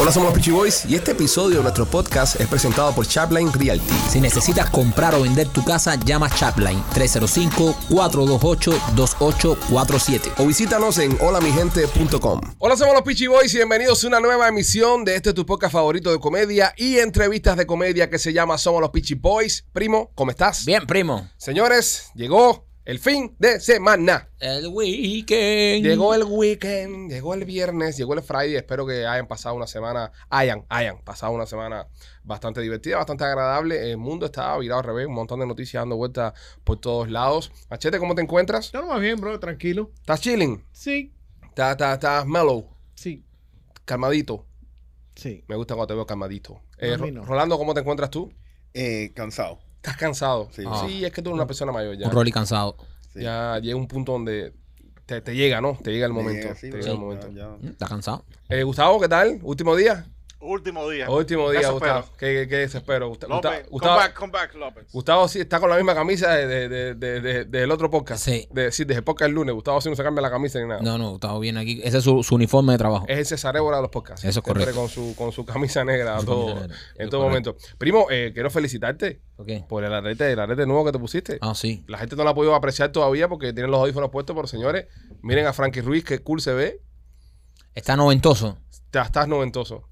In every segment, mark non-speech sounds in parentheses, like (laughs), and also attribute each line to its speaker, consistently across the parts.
Speaker 1: Hola, somos los Peachy Boys y este episodio de nuestro podcast es presentado por Chapline Realty.
Speaker 2: Si necesitas comprar o vender tu casa, llama Chapline 305-428-2847.
Speaker 1: O visítanos en holamigente.com. Hola, somos los Peachy Boys y bienvenidos a una nueva emisión de este tu podcast favorito de comedia y entrevistas de comedia que se llama Somos los Peachy Boys. Primo, ¿cómo estás?
Speaker 2: Bien, primo.
Speaker 1: Señores, llegó el fin de semana.
Speaker 2: El weekend.
Speaker 1: Llegó el weekend, llegó el viernes, llegó el Friday. Espero que hayan pasado una semana, hayan, hayan pasado una semana bastante divertida, bastante agradable. El mundo está virado al revés, un montón de noticias dando vueltas por todos lados. Machete, ¿cómo te encuentras?
Speaker 3: Yo no más bien, bro, tranquilo.
Speaker 1: ¿Estás chilling?
Speaker 3: Sí,
Speaker 1: ¿Estás, estás, estás mellow?
Speaker 3: sí,
Speaker 1: ¿Calmadito?
Speaker 3: sí.
Speaker 1: Me gusta cuando te veo calmadito. Eh,
Speaker 3: No, a mí
Speaker 1: Ro-
Speaker 3: no.
Speaker 1: Rolando, ¿cómo te encuentras tú?
Speaker 4: Eh, cansado.
Speaker 1: ¿Estás cansado?
Speaker 4: Sí.
Speaker 1: sí, es que tú eres una persona mayor ya.
Speaker 2: Un Rolly cansado.
Speaker 4: Sí.
Speaker 1: Ya llega un punto donde te, te llega, ¿no? Te llega el
Speaker 4: Me
Speaker 1: momento.
Speaker 4: llega así,
Speaker 1: te
Speaker 4: bro.
Speaker 1: llega el
Speaker 4: Eh, pues, Ya,
Speaker 1: momento.
Speaker 4: ya.
Speaker 2: Mm, ¿Estás cansado?
Speaker 1: Eh, Gustavo, ¿qué tal? ¿Último día?
Speaker 5: Último día.
Speaker 1: Último día,
Speaker 5: Eso
Speaker 1: Gustavo.
Speaker 5: espero.
Speaker 1: ¿Qué, qué, qué desespero? Gusta-
Speaker 5: López,
Speaker 1: Gusta-
Speaker 5: come
Speaker 1: Gustavo,
Speaker 5: back, come back, López.
Speaker 1: Gustavo sí está con la misma camisa de, de- de- de- de- del otro podcast.
Speaker 2: Sí.
Speaker 1: De, sí, desde el podcast el lunes. Gustavo sí no se cambia la camisa ni nada.
Speaker 2: No, no, estaba bien aquí. Ese es su, su uniforme de trabajo.
Speaker 1: Es el César Évora de los podcasts.
Speaker 2: Eso es
Speaker 1: Siempre
Speaker 2: correcto.
Speaker 1: Con su, con su camisa negra a
Speaker 2: Su
Speaker 1: todo,
Speaker 2: camisa negra.
Speaker 1: en
Speaker 2: Es
Speaker 1: todo
Speaker 2: correcto.
Speaker 1: momento. Primo, eh, quiero felicitarte
Speaker 2: ¿Por qué?
Speaker 1: por el arete, el arete nuevo que te pusiste.
Speaker 2: Ah, sí.
Speaker 1: La gente no la ha podido apreciar todavía porque tienen los audífonos puestos, pero señores, miren a Frankie Ruiz, qué cool se ve.
Speaker 2: Está noventoso.
Speaker 1: Te estás noventoso.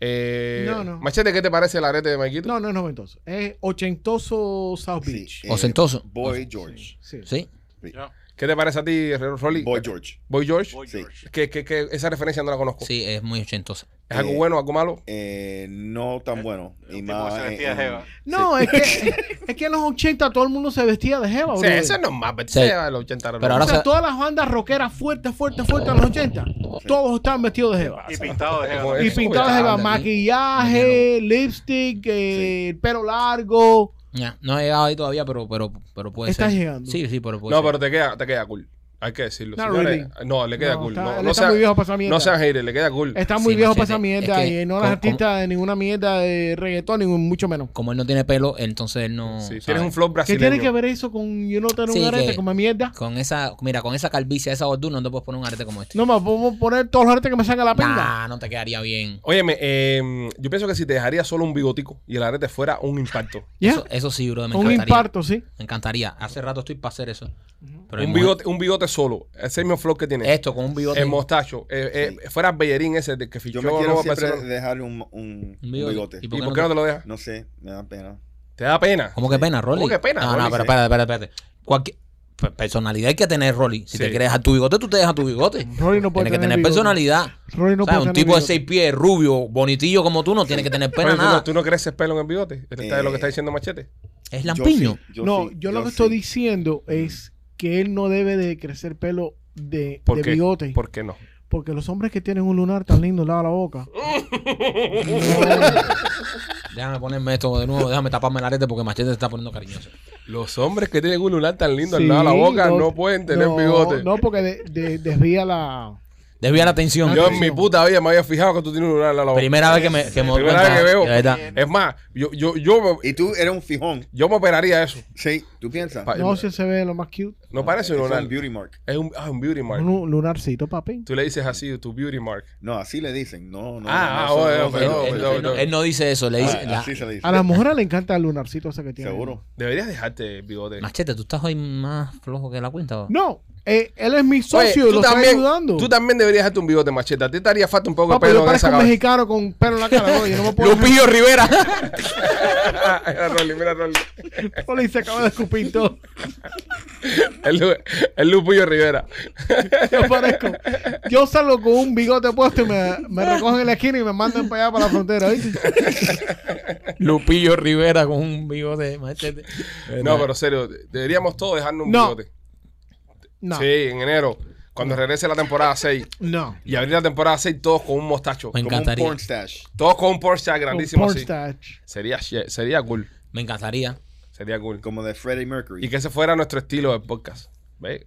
Speaker 1: Eh,
Speaker 3: No, no.
Speaker 1: Machete, ¿qué te parece el arete de Maikito?
Speaker 3: No, no es noventoso. Es ochentoso South
Speaker 4: Sí,
Speaker 3: Beach.
Speaker 4: eh,
Speaker 2: Ostentoso.
Speaker 4: Boy George.
Speaker 3: Sí.
Speaker 2: Sí.
Speaker 5: Ya.
Speaker 1: ¿Qué te parece a ti, Rolly?
Speaker 4: Boy George.
Speaker 1: Boy George.
Speaker 5: Voy,
Speaker 4: Sí.
Speaker 5: George.
Speaker 1: Que, que- que esa referencia no la conozco.
Speaker 2: Sí, es muy ochentoso.
Speaker 1: ¿Es algo
Speaker 4: Eh,
Speaker 1: bueno, algo malo?
Speaker 4: Eh, no tan bueno.
Speaker 5: El
Speaker 4: Y
Speaker 5: tipo
Speaker 4: más.
Speaker 5: se
Speaker 4: en-
Speaker 5: vestía de
Speaker 4: en-
Speaker 5: jeva.
Speaker 3: No, es, que, es que en los 80 todo el mundo se vestía de jeva,
Speaker 1: Sí,
Speaker 3: brother.
Speaker 1: eso es normal, pero
Speaker 2: Sí.
Speaker 1: ese era el 80 era
Speaker 2: Pero
Speaker 3: O
Speaker 2: ahora
Speaker 3: sea,
Speaker 2: se-
Speaker 3: todas las bandas rockeras fuertes, fuertes, fuertes en los 80, todos estaban vestidos de jeva.
Speaker 5: Y pintado de
Speaker 1: Como
Speaker 6: (laughs)
Speaker 5: jeva.
Speaker 3: Y
Speaker 1: Eso,
Speaker 3: pintados de jeva,
Speaker 2: grande,
Speaker 3: maquillaje, lipstick, eh, el pelo largo.
Speaker 2: Ya, No he llegado ahí todavía, pero, pero, pero puede
Speaker 3: Está
Speaker 2: ser.
Speaker 3: llegando.
Speaker 2: Sí, sí, pero puede
Speaker 1: No,
Speaker 2: ser.
Speaker 1: pero te queda, te queda cool. Hay que decirlo.
Speaker 3: No,
Speaker 1: señores. No, le queda
Speaker 3: No,
Speaker 1: cool.
Speaker 3: está-
Speaker 1: no,
Speaker 3: él
Speaker 1: no
Speaker 3: está
Speaker 1: sea-
Speaker 3: muy viejo para esa mierda.
Speaker 1: no sean haters, le queda cool.
Speaker 3: Está muy
Speaker 2: Sí,
Speaker 3: viejo para
Speaker 2: machete.
Speaker 3: esa mierda
Speaker 2: Es que
Speaker 3: y no
Speaker 2: con-
Speaker 3: eres artista de ninguna mierda de reggaetón, ni mucho menos.
Speaker 2: Como él no tiene pelo, entonces él no.
Speaker 1: Sí,
Speaker 2: ¿sabes?
Speaker 1: tienes un flow
Speaker 3: ¿Qué
Speaker 1: brasileño.
Speaker 3: tiene que ver eso con yo no tener
Speaker 2: Sí,
Speaker 3: un arete
Speaker 2: que-
Speaker 3: como mierda?
Speaker 2: Con esa, mira, con esa calvicie, esa gordura, no te puedes poner un arete como este.
Speaker 3: No, me puedo poner todos los aretes que me saca la pinga.
Speaker 2: Nah, no te quedaría bien.
Speaker 1: Óyeme, eh, yo pienso que si te dejaría solo un bigotico y el arete fuera un impacto.
Speaker 3: ¿Ya?
Speaker 2: Eso, eso sí, bro, me
Speaker 3: un
Speaker 2: encantaría.
Speaker 3: infarto, sí.
Speaker 2: Me encantaría. Hace rato estoy para hacer eso. Pero
Speaker 1: un,
Speaker 2: hemos-
Speaker 1: bigote, un bigote solo. Ese mismo flow que tiene.
Speaker 2: Esto con un bigote.
Speaker 1: el mostacho. Eh, eh, fuera el Bellerín ese de que fichó
Speaker 4: Yo me
Speaker 1: a
Speaker 4: quiero
Speaker 1: Nueva
Speaker 4: siempre
Speaker 1: Barcelona.
Speaker 4: dejar un, un- un bigote.
Speaker 2: ¿Y
Speaker 1: ¿Y por
Speaker 2: no
Speaker 1: qué no te
Speaker 2: te-
Speaker 1: lo dejas?
Speaker 4: No sé, me da pena.
Speaker 1: ¿Te da pena?
Speaker 2: ¿Cómo que pena, Rolly?
Speaker 1: ¿Cómo que pena,
Speaker 2: No, no,
Speaker 1: Rolly?
Speaker 2: pero espérate, espérate, espérate. Cualquier... pe- Personalidad hay que tener, Rolly.
Speaker 1: Sí.
Speaker 2: Si te quieres dejar tu bigote, tú te dejas tu bigote.
Speaker 3: Rolly no
Speaker 2: Tienes que
Speaker 3: puede tener
Speaker 2: tener
Speaker 3: bigote.
Speaker 2: personalidad.
Speaker 3: Roy no
Speaker 2: O sea,
Speaker 3: puede
Speaker 2: un
Speaker 3: tener
Speaker 2: tipo de
Speaker 3: bigote.
Speaker 2: seis pies, rubio, bonitillo como tú, no tiene que tener pena
Speaker 1: Oye, ¿tú,
Speaker 2: nada.
Speaker 1: no, ¿Tú no creces pelo en el bigote? Este está-
Speaker 4: Eh,
Speaker 1: lo que está diciendo Machete.
Speaker 2: Es
Speaker 4: Yo
Speaker 2: lampiño.
Speaker 4: sí, yo
Speaker 3: no,
Speaker 4: sí,
Speaker 3: yo lo que
Speaker 4: sí.
Speaker 3: estoy diciendo es que él no debe de crecer pelo de,
Speaker 1: ¿Por
Speaker 3: de
Speaker 1: qué?
Speaker 3: bigote.
Speaker 1: ¿Por qué no?
Speaker 3: Porque los hombres que tienen un lunar tan lindo al lado de la boca.
Speaker 2: Déjame ponerme esto de nuevo, déjame taparme el arete porque Machete se está poniendo cariñoso.
Speaker 1: Los hombres que tienen un lunar tan (laughs) lindo al
Speaker 3: Sí,
Speaker 1: lado de la boca no, pueden tener
Speaker 3: no,
Speaker 1: bigote.
Speaker 3: No, porque de- de- desvía la.
Speaker 2: Desvía la atención.
Speaker 1: Yo en mi puta vida me había fijado que tú tienes un lunar al lado de la boca.
Speaker 2: Primera vez que me, que me doy
Speaker 1: Primera
Speaker 2: cuenta,
Speaker 1: vez que veo.
Speaker 2: de verdad.
Speaker 1: Es más, yo, yo, yo, me,
Speaker 4: Y tú eres un fijón.
Speaker 1: yo me operaría eso.
Speaker 4: Sí, tú piensas.
Speaker 1: Pa-
Speaker 3: No, si se ve lo más cute.
Speaker 1: No parece un
Speaker 4: Eso es
Speaker 1: lunar.
Speaker 4: un beauty mark.
Speaker 1: Es un, ah, un beauty mark.
Speaker 3: Un lunarcito, papi.
Speaker 1: Tú le dices así, tu beauty mark.
Speaker 4: No, así le dicen. No, no.
Speaker 1: Ah,
Speaker 4: no, no,
Speaker 1: ah, bueno,
Speaker 4: no, no,
Speaker 2: Él,
Speaker 4: no,
Speaker 1: bueno,
Speaker 2: él-
Speaker 4: no,
Speaker 1: bueno.
Speaker 2: él
Speaker 4: no,
Speaker 2: no, él no dice eso, le dice...
Speaker 4: Ah,
Speaker 2: la-
Speaker 4: Así se le dice.
Speaker 3: A las mujeres les encanta el lunarcito ese que tiene.
Speaker 4: Seguro.
Speaker 1: Deberías dejarte el bigote.
Speaker 2: Machete, tú estás hoy más flojo que la cuenta. ¿o?
Speaker 3: No, eh, él es mi
Speaker 1: Oye,
Speaker 3: socio y lo está ayudando.
Speaker 1: tú también deberías dejarte un bigote, machete. A ti te haría falta un poco de
Speaker 3: Papi,
Speaker 1: pelo
Speaker 3: yo
Speaker 1: en esa
Speaker 3: parezco un
Speaker 1: cabeza.
Speaker 3: mexicano con pelo en la cara, bro. Yo no me puedo.
Speaker 2: Lupillo Rivera.
Speaker 1: (laughs) mira, Rolly, mira, Rolly.
Speaker 3: Rolly se acaba de escupir todo.
Speaker 1: El, Lu- el Lupillo Rivera.
Speaker 3: Yo parezco. Yo salgo con un bigote puesto y me, me recogen en la esquina y me mandan para allá para la frontera. ¿viste?
Speaker 2: (laughs) Lupillo Rivera con un bigote de Machete.
Speaker 1: No, pero serio, deberíamos todos dejarnos un
Speaker 3: No.
Speaker 1: bigote.
Speaker 3: No.
Speaker 1: Sí, en enero, cuando regrese la temporada 6
Speaker 3: No.
Speaker 1: y abrir la temporada 6 todos con un mostacho.
Speaker 2: Me
Speaker 4: Como un
Speaker 2: encantaría.
Speaker 4: porn stash.
Speaker 1: Todos con un Porsche grandísimo
Speaker 3: Con
Speaker 1: así.
Speaker 3: pornstache.
Speaker 1: Sería, shit, sería cool.
Speaker 2: Me encantaría.
Speaker 1: Sería cool.
Speaker 4: Como de Freddie Mercury.
Speaker 1: Y que ese fuera nuestro estilo de podcast. ¿Ve?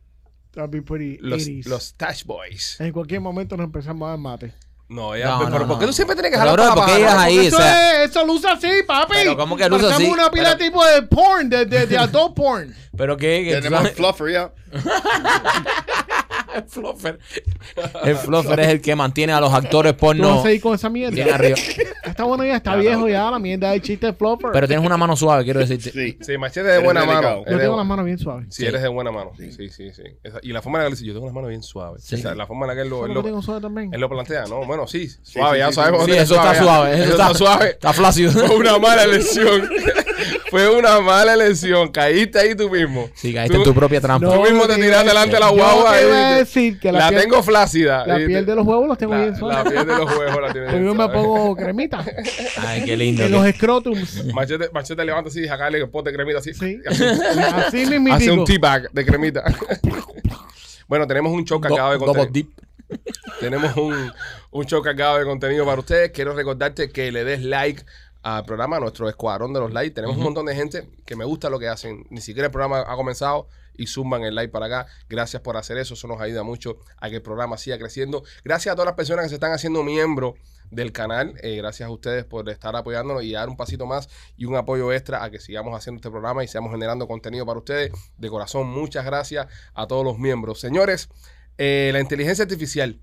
Speaker 3: That'd be pretty
Speaker 1: Los,
Speaker 3: 80s.
Speaker 1: los Stash Boys.
Speaker 3: En cualquier momento nos empezamos a dar mate.
Speaker 1: No, ya,
Speaker 2: No,
Speaker 1: pero,
Speaker 2: no,
Speaker 1: pero ¿por qué
Speaker 2: no.
Speaker 1: tú siempre tienes que
Speaker 2: Pero,
Speaker 1: jalar para
Speaker 2: bro, ¿por
Speaker 1: bajar?
Speaker 2: qué llegas ahí?
Speaker 3: Porque eso,
Speaker 2: o sea-
Speaker 3: es, eso luce así, papi.
Speaker 2: Pero, ¿cómo que luce
Speaker 3: Parecemos
Speaker 2: así?
Speaker 3: una pila
Speaker 2: Pero-
Speaker 3: tipo de porn, de, de, de adult porn.
Speaker 2: (laughs) Pero que. que tú
Speaker 4: Tenemos
Speaker 2: sabes-
Speaker 4: fluffer ya.
Speaker 2: El fluffer. El fluffer es el que mantiene a los actores
Speaker 3: Tú
Speaker 2: porno
Speaker 3: vas a seguir con esa mierda.
Speaker 2: bien arriba.
Speaker 3: Está bueno ya, está viejo ya, la mierda del chiste de flopper.
Speaker 2: Pero tienes una mano suave, quiero decirte.
Speaker 4: Sí.
Speaker 1: Sí, machete de
Speaker 4: Eres
Speaker 1: buena
Speaker 4: delicado.
Speaker 1: mano.
Speaker 4: Yo
Speaker 1: Eres-
Speaker 3: Yo tengo las manos bien suaves.
Speaker 1: Sí,
Speaker 2: Sí.
Speaker 1: eres de buena mano. Sí,
Speaker 4: Sí.
Speaker 1: sí, sí. Esa- Y la forma en la que le dice, yo tengo unas manos bien suaves.
Speaker 2: Sí.
Speaker 1: O sea, la forma en la que él lo,
Speaker 3: Yo
Speaker 1: él
Speaker 3: lo
Speaker 1: lo,
Speaker 3: tengo suave también.
Speaker 1: él lo plantea, ¿no? Bueno, sí, suave,
Speaker 4: sí,
Speaker 1: ya
Speaker 4: sí,
Speaker 1: sabemos.
Speaker 2: Sí,
Speaker 1: dónde
Speaker 2: eso está suave. Eso, está, suave. Está flácido.
Speaker 1: Fue una mala
Speaker 2: (laughs)
Speaker 1: elección. Fue una mala elección. Caíste ahí tú mismo.
Speaker 2: Sí, caíste en
Speaker 1: Tú-
Speaker 2: tu propia trampa.
Speaker 1: Tú mismo te
Speaker 3: te
Speaker 1: tiraste delante de la guagua.
Speaker 3: Yo
Speaker 1: y
Speaker 3: te iba a
Speaker 1: dijiste,
Speaker 3: decir que la,
Speaker 1: la
Speaker 3: piel,
Speaker 1: tengo flácida.
Speaker 3: la
Speaker 1: Y
Speaker 3: piel de los huevos los tengo
Speaker 1: la-
Speaker 3: bien
Speaker 1: La
Speaker 3: suaves.
Speaker 1: piel de los huevos la
Speaker 3: (laughs)
Speaker 1: tiene
Speaker 3: Pero
Speaker 1: bien
Speaker 3: yo me
Speaker 1: suave.
Speaker 3: pongo cremita
Speaker 2: Ay, qué lindo.
Speaker 3: en los scrotums.
Speaker 1: Machete, machete levanta así y jacale el pot de cremita así.
Speaker 3: Sí.
Speaker 1: Hace un-
Speaker 3: Así
Speaker 1: (laughs)
Speaker 3: mismo.
Speaker 1: Hace un tea bag de cremita. (laughs) bueno, tenemos un show que acaba de
Speaker 2: Double
Speaker 1: contar.
Speaker 2: dip.
Speaker 1: Tenemos un, un show cargado de contenido para ustedes. Quiero recordarte que le des like al programa, a nuestro escuadrón de los likes. Tenemos un montón de gente que me gusta lo que hacen. Ni siquiera el programa ha comenzado y zumban el like para acá. Gracias por hacer eso. Eso nos ayuda mucho a que el programa siga creciendo. Gracias a todas las personas que se están haciendo miembros del canal. Eh, gracias a ustedes por estar apoyándonos y dar un pasito más y un apoyo extra a que sigamos haciendo este programa y sigamos generando contenido para ustedes. De corazón, muchas gracias a todos los miembros. Señores, eh, la inteligencia artificial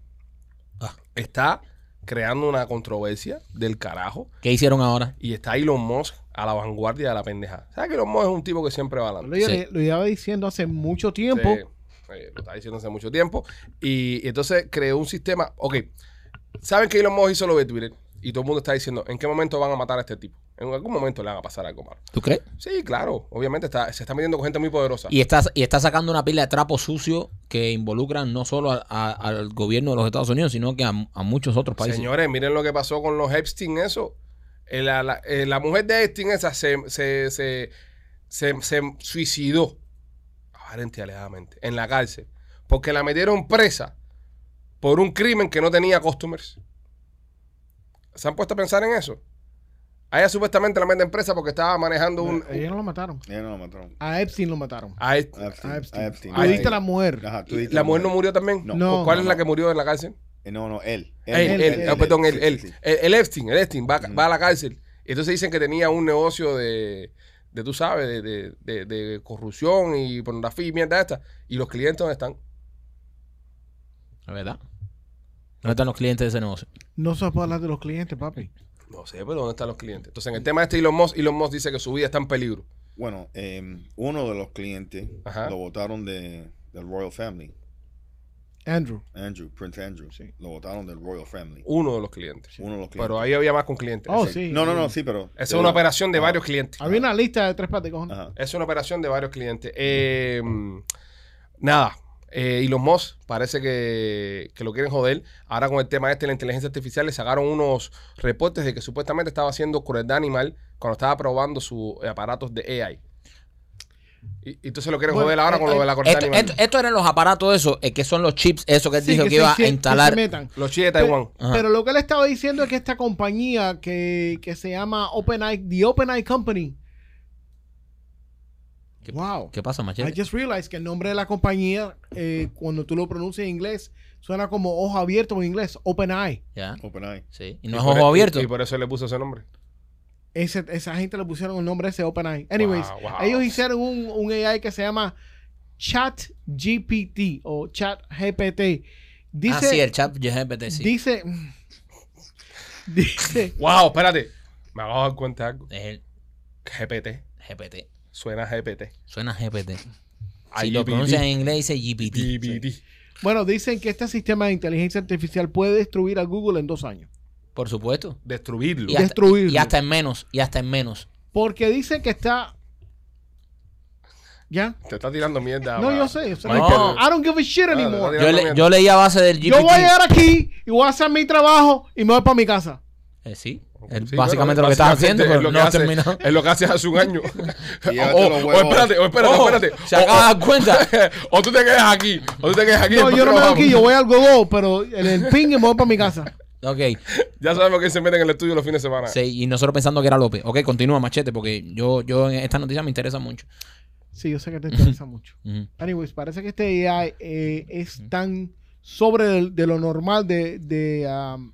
Speaker 2: Ah.
Speaker 1: está creando una controversia del carajo
Speaker 2: ¿Qué hicieron ahora?
Speaker 1: y está Elon Musk a la vanguardia de la pendeja. ¿Sabes que Elon Musk es un tipo que siempre va adelante?
Speaker 3: Lo, yo
Speaker 2: Sí.
Speaker 3: le- lo llevaba diciendo hace mucho tiempo.
Speaker 1: Sí, eh, lo está diciendo hace mucho tiempo. Y, y entonces creó un sistema. Ok, ¿saben que Elon Musk hizo lo de Twitter? Y todo el mundo está diciendo, ¿en qué momento van a matar a este tipo? En algún momento le van a pasar algo malo.
Speaker 2: ¿Tú crees?
Speaker 1: Sí, claro, obviamente está, se está metiendo con gente muy poderosa.
Speaker 2: Y está, y está sacando una pila de trapos sucios que involucran no solo a- a- al gobierno de los Estados Unidos, sino que a, a muchos otros países.
Speaker 1: Señores, miren lo que pasó con los Epstein, eso. Eh, La, la- eh, la mujer de Epstein esa se, se, se, se- se suicidó, aparente y alegadamente, en la cárcel. Porque la metieron presa por un crimen que no tenía customers. ¿Se han puesto a pensar en eso? A ella supuestamente la meten presa porque estaba manejando un...
Speaker 3: Ellos no lo mataron.
Speaker 4: Ya no lo mataron.
Speaker 3: A Epstein lo mataron.
Speaker 1: a Ep-
Speaker 4: A Epstein.
Speaker 3: A
Speaker 4: a
Speaker 3: Epstein.
Speaker 4: Epstein.
Speaker 1: Ahí
Speaker 3: Ahí está
Speaker 1: está.
Speaker 3: la mujer.
Speaker 4: Ajá, tú dijiste
Speaker 1: ¿La mujer no murió también?
Speaker 4: No.
Speaker 3: Ah, No.
Speaker 1: ¿Cuál es la
Speaker 4: no.
Speaker 1: que murió en la cárcel?
Speaker 4: Eh, No, no, él.
Speaker 1: Él, él, ah, perdón, él,
Speaker 4: sí,
Speaker 1: él.
Speaker 4: sí, sí.
Speaker 1: El, el Epstein, el Epstein va,
Speaker 4: Ujú.
Speaker 1: va a la cárcel. Entonces dicen que tenía un negocio de, de tú sabes, de, de- de- de corrupción y pornografía y mierda esta. ¿Y los clientes dónde están?
Speaker 2: La verdad. ¿Dónde están los clientes de ese negocio?
Speaker 3: No se puede hablar de los clientes, papi.
Speaker 1: No sé, pero ¿dónde están los clientes? Entonces,
Speaker 4: Mm.
Speaker 1: en el tema este Elon Musk, Elon Musk dice que su vida está en peligro.
Speaker 4: Bueno, eh, uno de los clientes
Speaker 1: Ajá.
Speaker 4: lo votaron de, del Royal Family.
Speaker 3: Andrew.
Speaker 4: Andrew, Prince Andrew.
Speaker 3: Sí.
Speaker 4: Lo votaron del Royal Family.
Speaker 1: Uno de los clientes.
Speaker 4: Uno de los clientes.
Speaker 1: Pero ahí había más con clientes.
Speaker 3: Oh, Ah,
Speaker 1: Esa-
Speaker 3: sí.
Speaker 4: No, no, no, sí, pero.
Speaker 1: Esa es una operación de varios clientes.
Speaker 3: Había una lista de tres patas
Speaker 4: Ajá.
Speaker 1: Es una operación de varios clientes. Eh, nada. Eh, Elon Musk parece que, que lo quieren joder. Ahora con el tema este de la inteligencia artificial le sacaron unos reportes de que supuestamente estaba haciendo crueldad animal cuando estaba probando sus aparatos de AI. Y, y entonces lo quieren
Speaker 3: Bueno,
Speaker 1: joder ahora con
Speaker 3: eh,
Speaker 1: lo de la crueldad
Speaker 2: Esto,
Speaker 1: animal.
Speaker 2: esto- esto eran los aparatos esos, eh, que son los chips, eso que él dijo que, iba a instalar.
Speaker 1: los chiles de Taiwán.
Speaker 2: Ajá.
Speaker 3: Pero lo que él estaba diciendo es que esta compañía que, que se llama OpenAI, The OpenAI Company.
Speaker 2: ¿Qué-
Speaker 3: wow.
Speaker 2: ¿Qué pasa,
Speaker 3: I
Speaker 2: Machete?
Speaker 3: just realized que el nombre de la compañía, eh, cuando tú lo pronuncias en inglés, suena como ojo abierto en inglés, OpenAI.
Speaker 2: Ya.
Speaker 1: (laughs)
Speaker 4: OpenAI.
Speaker 2: Sí. Y
Speaker 1: Y
Speaker 2: no es
Speaker 1: por-
Speaker 2: ojo abierto.
Speaker 1: Y, y por eso le puso ese nombre.
Speaker 3: Ese, esa gente le pusieron el nombre ese OpenAI. Anyways,
Speaker 1: Wow, wow.
Speaker 3: ellos hicieron un, un AI que se llama ChatGPT o ChatGPT. Dice,
Speaker 2: ah, sí, el chat GPT, sí.
Speaker 3: dice, (laughs) dice,
Speaker 1: ¡Wow! Espérate. Me acabo de dar cuenta de algo.
Speaker 2: Es el
Speaker 1: GPT.
Speaker 2: GPT.
Speaker 1: Suena GPT.
Speaker 2: Suena GPT. Si
Speaker 1: Ay,
Speaker 2: lo
Speaker 1: GPT.
Speaker 2: pronuncian en inglés, dice GPT.
Speaker 1: GPT.
Speaker 3: bueno, dicen que este sistema de inteligencia artificial puede destruir a Google en dos años.
Speaker 2: Por supuesto.
Speaker 1: Destruirlo.
Speaker 2: Y hasta,
Speaker 3: Destruirlo.
Speaker 2: y hasta en menos, y hasta en menos.
Speaker 3: Porque dicen que está, ¿ya?
Speaker 1: Te está tirando mierda.
Speaker 3: No,
Speaker 1: va.
Speaker 3: yo sé, yo sé.
Speaker 1: Michael.
Speaker 2: No. Ah,
Speaker 3: I don't give a shit
Speaker 1: Claro,
Speaker 3: anymore.
Speaker 1: no
Speaker 2: Yo, le- yo leí a base del GPT.
Speaker 3: Yo voy a llegar aquí y voy a hacer mi trabajo y me voy para mi casa.
Speaker 2: Eh, sí, es
Speaker 1: Sí, bueno,
Speaker 2: básicamente lo que estás
Speaker 1: básicamente
Speaker 2: haciendo,
Speaker 1: es
Speaker 2: pero
Speaker 1: lo que
Speaker 2: no has
Speaker 1: hace-
Speaker 2: terminado.
Speaker 1: Es lo que haces hace un
Speaker 2: (laughs)
Speaker 1: año. (laughs)
Speaker 4: Y
Speaker 1: o,
Speaker 4: llévate
Speaker 1: o-
Speaker 4: los
Speaker 1: o
Speaker 4: huevos.
Speaker 1: Oh, espérate, o espérate,
Speaker 2: Ojo,
Speaker 1: espérate.
Speaker 2: ¡Oh!
Speaker 1: Oh,
Speaker 2: Se
Speaker 1: O-
Speaker 2: acaba de dar cuenta.
Speaker 1: (laughs) o, o tú te quedas aquí. O tú te quedas aquí.
Speaker 3: No,
Speaker 1: después
Speaker 3: yo no me voy
Speaker 1: trabajamos.
Speaker 3: aquí, yo voy al Google, pero en el ping y me voy para mi casa.
Speaker 2: Ok,
Speaker 1: Ya sabemos que se meten en el estudio los fines de semana.
Speaker 2: sí, y nosotros pensando que era López. Ok, continúa, Machete, porque yo, yo en esta noticia me interesa mucho.
Speaker 3: Sí, yo sé que te interesa mucho.
Speaker 2: Ujú.
Speaker 3: Anyways, parece que este AI eh, es tan sobre el- de lo normal de, de, um,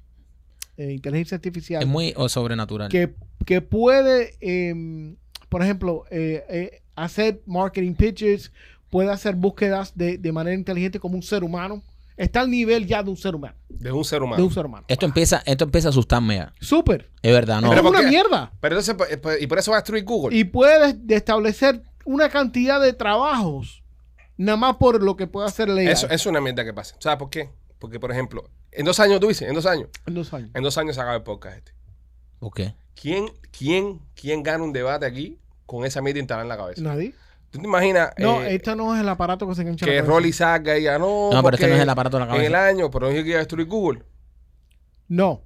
Speaker 3: eh, inteligencia artificial
Speaker 2: Es muy oh, sobrenatural.
Speaker 3: que, que puede, em, por ejemplo, eh, eh, hacer marketing pitches, puede hacer búsquedas de, de manera inteligente como un ser humano. Está al nivel ya de un ser humano.
Speaker 1: De un ser humano.
Speaker 3: De un ser humano.
Speaker 2: Esto empieza, esto empieza a asustarme ya.
Speaker 3: Súper.
Speaker 2: Es verdad, Eh, no.
Speaker 3: Es
Speaker 1: Pero ¿por
Speaker 3: una
Speaker 1: qué?
Speaker 3: mierda.
Speaker 1: Pero entonces, pues, pues, y por eso va a destruir Google.
Speaker 3: Y puedes de- establecer una cantidad de trabajos nada más por lo que puede hacer ley
Speaker 1: Eso, eso es una mierda que pasa. ¿Sabes por qué? Porque, por ejemplo, en dos años, tú dices, en dos años.
Speaker 3: en dos años.
Speaker 1: En dos años se acaba el podcast este.
Speaker 2: ¿Por qué?
Speaker 1: ¿Quién, quién, quién gana un debate aquí con esa mierda instalada en la cabeza?
Speaker 3: ¿Nadie?
Speaker 1: ¿Tú te imaginas
Speaker 3: No,
Speaker 1: eh,
Speaker 3: este no es el aparato que se engancha. en la
Speaker 1: que
Speaker 3: cabeza.
Speaker 1: Rolly salga y diga, no,
Speaker 2: No, pero este
Speaker 1: porque
Speaker 2: no es el aparato de la
Speaker 1: En el
Speaker 2: cabeza.
Speaker 1: año, pero no dije que iba a destruir Google.
Speaker 3: No.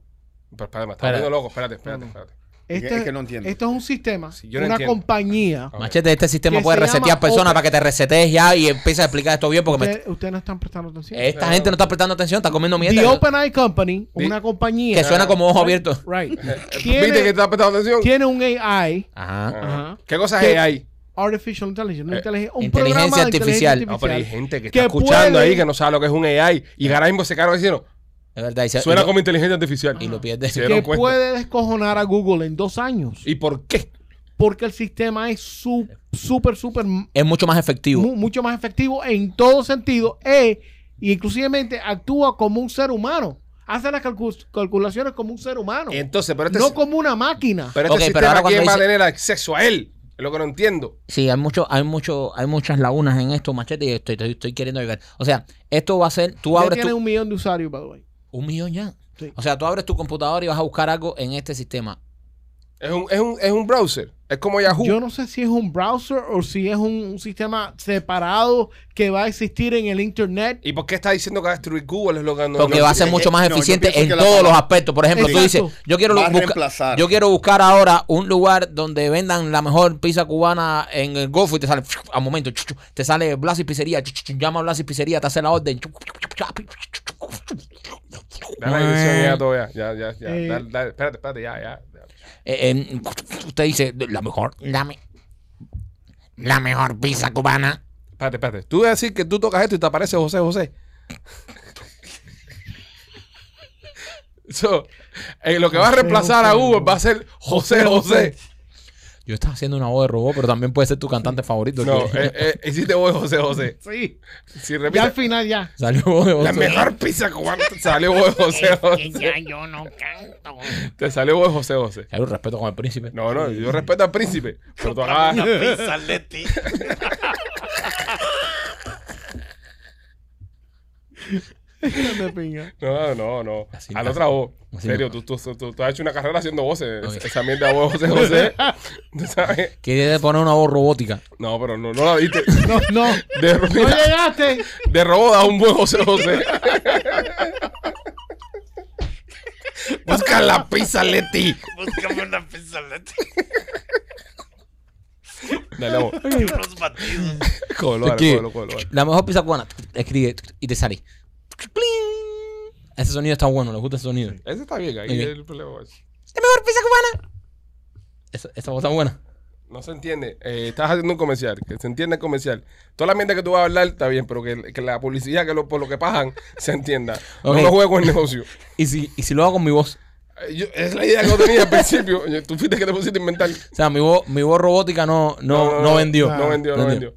Speaker 1: Pero espérate, me estás volviendo loco. Espérate, espérate, espérate.
Speaker 4: Es que-
Speaker 3: Este,
Speaker 4: es que no entiendo.
Speaker 3: Esto es un sistema,
Speaker 1: Sí, yo no
Speaker 3: una
Speaker 1: entiendo.
Speaker 3: compañía.
Speaker 1: Ah,
Speaker 2: Machete, este sistema
Speaker 3: Que
Speaker 2: puede
Speaker 3: se llama
Speaker 2: resetear personas
Speaker 3: Opera.
Speaker 2: para que te resetees ya y empieza a explicar esto bien porque me-
Speaker 3: Ustedes ustedes no están prestando atención.
Speaker 2: esta gente no está prestando atención, está comiendo
Speaker 3: The
Speaker 2: mierda.
Speaker 3: OpenAI Company,
Speaker 1: Di-
Speaker 3: una compañía.
Speaker 2: Que suena como ojo abierto.
Speaker 3: Right.
Speaker 1: (laughs) ¿Viste que
Speaker 3: tiene,
Speaker 1: estás prestando atención?
Speaker 3: tiene un AI,
Speaker 2: Ajá.
Speaker 1: Ajá.
Speaker 3: Ajá.
Speaker 1: ¿Qué cosas
Speaker 3: ¿Qué-
Speaker 1: hay ahí?
Speaker 3: Artificial Intelligence, una
Speaker 1: Eh,
Speaker 3: inteligen- un
Speaker 2: inteligencia
Speaker 3: programa de
Speaker 2: artificial.
Speaker 1: No, pero hay gente que está
Speaker 3: que
Speaker 1: escuchando
Speaker 3: puede-
Speaker 1: ahí que no sabe lo que es un AI y ahora mismo se carga diciendo,
Speaker 2: Es verdad. y se-
Speaker 1: suena
Speaker 2: y lo-
Speaker 1: como inteligencia artificial.
Speaker 2: Y lo
Speaker 1: Se
Speaker 2: pierdes.
Speaker 1: dieron
Speaker 3: que
Speaker 1: cuenta.
Speaker 3: puede descojonar a Google en dos años.
Speaker 1: ¿Y por qué?
Speaker 3: porque el sistema es su-
Speaker 2: Eh.
Speaker 3: súper, súper, mu-
Speaker 2: Es mucho más efectivo.
Speaker 3: mucho más efectivo en todo sentido. E, y inclusivemente actúa como un ser humano. Hace las calcu- calculaciones como un ser humano.
Speaker 2: Eh,
Speaker 1: Entonces, pero este,
Speaker 3: no
Speaker 1: si-
Speaker 3: como una máquina.
Speaker 1: pero este
Speaker 2: Ok, pero
Speaker 1: sistema,
Speaker 2: ahora cuando
Speaker 1: ¿quién va a
Speaker 2: dice-
Speaker 1: tener acceso a él? Es lo que no entiendo.
Speaker 2: Sí, hay mucho, hay mucho, hay muchas lagunas en esto, machete, y estoy, estoy, estoy queriendo llegar. O sea, esto va a ser, tú
Speaker 3: Ya
Speaker 2: abres
Speaker 3: tiene
Speaker 2: tu, un...
Speaker 3: un millón de usuarios, by the way.
Speaker 2: millón ya.
Speaker 3: Sí.
Speaker 2: O sea, tú abres tu computadora y vas a buscar algo en este sistema.
Speaker 1: Es un, es un, es un browser. Es como Yahoo.
Speaker 3: Yo no sé si es un browser o si es un, un sistema separado que va a existir en el internet.
Speaker 1: ¿Y por qué está diciendo que va a destruir Google? Es lo que no-
Speaker 2: Porque
Speaker 1: no
Speaker 2: va a ser
Speaker 1: entiendo.
Speaker 2: mucho más
Speaker 4: no, yo
Speaker 2: eficiente
Speaker 4: pienso
Speaker 2: en
Speaker 4: que la
Speaker 2: todos los
Speaker 4: palabra-
Speaker 2: aspecto. Por ejemplo, tú
Speaker 3: Exacto.
Speaker 2: dices, yo quiero,
Speaker 4: Va a
Speaker 2: busca-
Speaker 4: reemplazar.
Speaker 2: yo quiero buscar ahora un lugar donde vendan la mejor pizza cubana en el Golfo y te sale al momento, te sale Blas y Pizzería, llama a Blas y Pizzería, te hace la orden.
Speaker 1: Da la dirección ya, todo ya. Ya, ya, ya.
Speaker 3: Eh.
Speaker 1: Dale, dale. Espérate, espérate, ya, ya. ya.
Speaker 2: Eh, eh, usted dice, la mejor, la, me- la mejor pizza cubana.
Speaker 1: Espérate, espérate. Tú vas a decir que tú tocas esto y te aparece José José. So, eh, lo que va a
Speaker 3: José,
Speaker 1: reemplazar a
Speaker 3: José,
Speaker 1: Google
Speaker 3: ¿no?
Speaker 1: va a ser José José.
Speaker 2: Yo estaba haciendo una voz de robot, pero también puede ser tu cantante favorito.
Speaker 1: No,
Speaker 2: que-
Speaker 1: eh, eh, hiciste voz de José José.
Speaker 3: Sí.
Speaker 1: Si
Speaker 3: Ya al
Speaker 1: repites,
Speaker 3: final ya. (laughs)
Speaker 2: Salió (laughs) voz de
Speaker 1: la
Speaker 2: José.
Speaker 1: mejor pizza cubana te salió voz de José
Speaker 5: que
Speaker 1: José.
Speaker 5: ya yo no canto.
Speaker 1: Te salió voz de José José.
Speaker 2: Hay un respeto con el príncipe.
Speaker 1: No, no, yo respeto al príncipe. Pero tú acabas.
Speaker 5: Pizza Leti.
Speaker 3: De pinga.
Speaker 1: No, no, no.
Speaker 2: Así
Speaker 1: a
Speaker 2: no.
Speaker 1: la otra voz. En
Speaker 2: Así
Speaker 1: serio,
Speaker 2: no.
Speaker 1: tú, tú, tú, tú has hecho una carrera haciendo voces.
Speaker 2: Ok.
Speaker 1: Esa mierda de voz de José
Speaker 2: (laughs)
Speaker 1: José. ¿Tú sabes?
Speaker 2: Quiere poner una voz robótica.
Speaker 1: No, pero no, no la viste.
Speaker 3: No, no.
Speaker 1: De,
Speaker 3: No
Speaker 1: mira,
Speaker 3: llegaste.
Speaker 1: de robo da un buen José José. Busca la pizza, Leti.
Speaker 5: Búscame una pizza Leti.
Speaker 1: Dale, vamos.
Speaker 5: Y unos batidos.
Speaker 1: Cógelo, dale,
Speaker 2: ¿Qué?
Speaker 1: cógelo, cógelo, dale.
Speaker 2: La mejor pizza cubana. Escribe y te sale. Ese sonido está bueno, les gusta ese sonido.
Speaker 1: Ese está bien, ahí
Speaker 2: Ok.
Speaker 1: el problema es-
Speaker 2: La mejor pizza cubana. Esa, esa voz está buena.
Speaker 1: No se entiende. Eh, estás haciendo un comercial. Que se entienda el comercial. Toda la mierda que tú vas a hablar está bien, pero que, que la publicidad que lo- por lo que pagan (laughs) se entienda.
Speaker 2: Ok.
Speaker 1: No lo juegues con el negocio.
Speaker 2: ¿Y si, y si lo hago con mi voz.
Speaker 1: Eh, yo- es la idea que yo tenía al principio. Yo- Tú fuiste que te pusiste a inventar.
Speaker 2: O sea, mi voz, mi voz robótica no, no, no, vendió.
Speaker 1: No vendió, no vendió.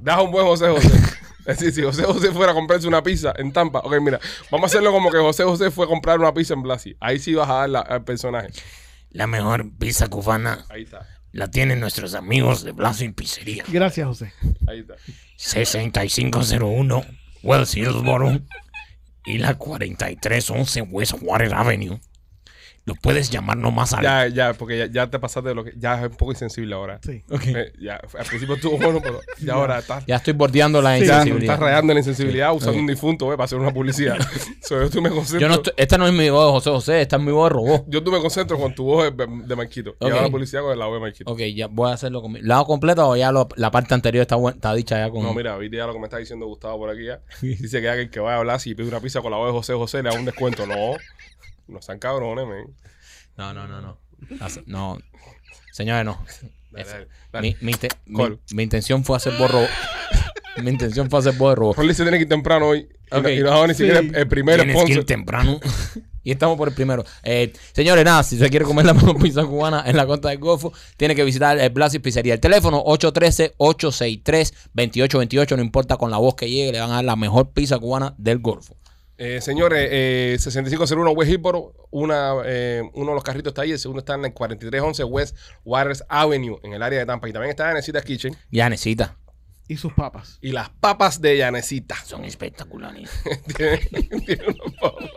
Speaker 1: Das un buen José José. (laughs) Es decir, si José José fuera a comprarse una pizza en Tampa, ok, mira, vamos a hacerlo como que José José fue a comprar una pizza en Blasi. Ahí sí vas a dar la- al personaje.
Speaker 5: La mejor pizza cubana
Speaker 1: Ahí está,
Speaker 5: la tienen nuestros amigos de Blaso y Pizzería.
Speaker 3: Gracias, José.
Speaker 1: ahí está.
Speaker 5: 6501 Wells Hillsboro y la 4311 West Water Avenue. Lo puedes llamar nomás al
Speaker 1: Ya, ya, porque ya, ya te pasaste de lo que. Ya es un poco insensible ahora.
Speaker 3: Sí.
Speaker 2: Ok.
Speaker 1: Eh, ya, al principio estuvo bueno, pero
Speaker 2: (laughs)
Speaker 1: ya ahora estás.
Speaker 2: Ya estoy bordeando la
Speaker 1: ya
Speaker 2: insensibilidad.
Speaker 1: estás rayando la insensibilidad usando
Speaker 2: Ok.
Speaker 1: un difunto, eh, para hacer una
Speaker 2: (laughs)
Speaker 1: publicidad. So, yo, tú me concentro,
Speaker 2: Yo no estoy- esta no es mi voz de José José, esta es mi voz de robot.
Speaker 1: yo tú me concentro con tu voz de, de Marquito. Y
Speaker 2: Ok.
Speaker 1: ahora la publicidad con la voz de Marquito.
Speaker 2: Ok, ya voy a hacerlo con mi. ¿La hago completa o ya lo- la parte anterior está, buen- está dicha ya con.
Speaker 1: No, mira, viste ya lo que me está diciendo Gustavo por aquí
Speaker 2: (laughs)
Speaker 1: ya. Dice que ya que el que vaya a hablar si pide una pizza con la voz de José José le da un descuento. No, no sean cabrones, men.
Speaker 2: No, no, no, no. Hace- No. Señores, no.
Speaker 1: Dale, dale, dale.
Speaker 2: Mi, mi, inte- mi-
Speaker 1: Col.
Speaker 2: mi intención fue hacer voz robot. mi intención fue hacer voz de robot.
Speaker 1: Rolly se tiene que ir temprano hoy. Y no-
Speaker 2: Ok.
Speaker 1: Y no hago ni siquiera el, el primer
Speaker 5: Tienes que
Speaker 1: sponsor.
Speaker 5: ir temprano.
Speaker 2: (laughs) Y estamos por el primero. Eh, señores, nada, si usted quiere comer la mejor pizza cubana en la costa del Golfo, tiene que visitar el Blasis Pizzería. El teléfono 813-863-2828, no importa con la voz que llegue, le van a dar la mejor pizza cubana del Golfo.
Speaker 1: Eh, señores, eh, 6501 West Hillsboro, una, eh, uno de los carritos está ahí, el segundo está en el 4311 West Waters Avenue, en el área de Tampa. Y también está Yanecita Kitchen
Speaker 2: Ya necesita.
Speaker 3: Y sus papas.
Speaker 1: y las papas de Yanecita.
Speaker 5: Son
Speaker 2: (laughs)
Speaker 5: espectaculares.
Speaker 1: tiene, (laughs) tiene una papa,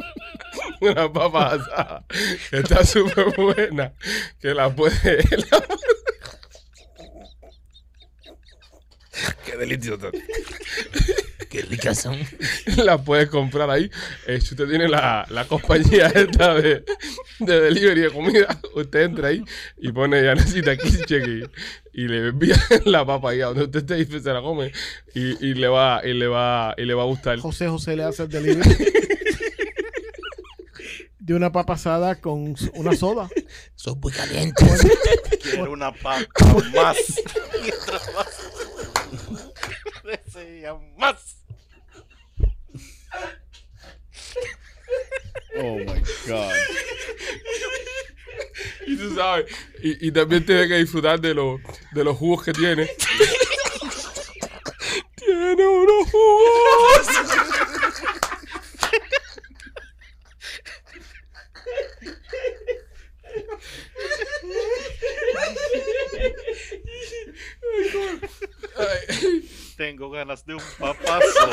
Speaker 1: una papa asada que está súper buena, que la puede... (laughs) la puede- Qué delicioso.
Speaker 5: Qué ricas son.
Speaker 1: la puedes comprar ahí. Eh, si usted tiene la, la compañía (laughs) esta de, de delivery de comida, usted entra ahí y pone Yanecita Kitchen y, y le envía (laughs) la papa ahí a donde usted esté y se la come y, y le va y le va y le va a gustar.
Speaker 3: José José le hace el delivery. De una papa asada con s- una soda.
Speaker 5: Son muy
Speaker 2: (laughs)
Speaker 5: calientes.
Speaker 6: Quiero una papa más. Quiero más. Desea más.
Speaker 1: (laughs)
Speaker 4: Oh my God.
Speaker 1: Y (laughs) tú sabes, y, y también tiene que disfrutar de, los de los jugos que tiene. (laughs) tiene unos jugos.
Speaker 6: Tengo ganas de un papazo.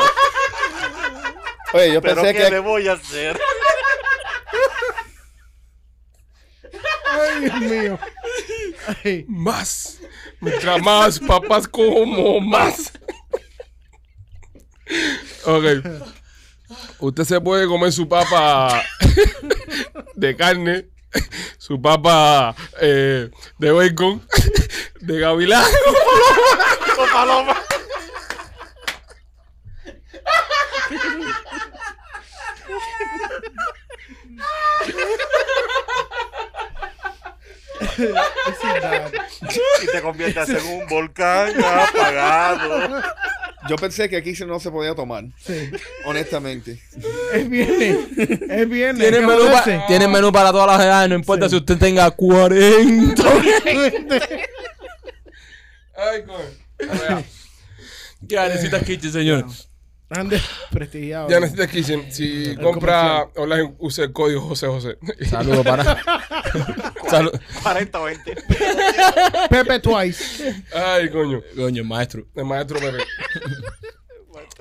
Speaker 4: Oye, yo
Speaker 6: Pero
Speaker 4: pensé
Speaker 6: ¿qué
Speaker 4: que.
Speaker 6: le voy a hacer?
Speaker 3: Ay, Dios mío. Ay,
Speaker 1: Más. Mientras más papas como más. Ok. Usted se puede comer su papa (laughs) de carne, su papa eh, de bacon, (laughs) de gavilán.
Speaker 6: ¡Oh, paloma!
Speaker 3: es verdad.
Speaker 6: Y te conviertes en un volcán apagado.
Speaker 4: Yo pensé que aquí se- no se podía tomar.
Speaker 3: Sí.
Speaker 4: Honestamente.
Speaker 3: Es viernes. Es viernes.
Speaker 2: Tiene
Speaker 3: ¿qué
Speaker 2: menú,
Speaker 3: parece?
Speaker 2: pa- tiene menú para todas las edades, no importa si usted tenga 40.
Speaker 5: (laughs)
Speaker 1: Ay, coño.
Speaker 2: ya necesitas kitchen, señor.
Speaker 3: Ande prestigiado.
Speaker 1: Ya necesitas Kitchen. Si compra online, usa el código José José. (laughs)
Speaker 5: (laughs)
Speaker 2: Saludos para. Saludos.
Speaker 6: 40 o 20.
Speaker 3: Pepe Twice.
Speaker 1: Ay, coño.
Speaker 2: Coño, maestro.
Speaker 1: El maestro
Speaker 2: (laughs)
Speaker 1: Pepe.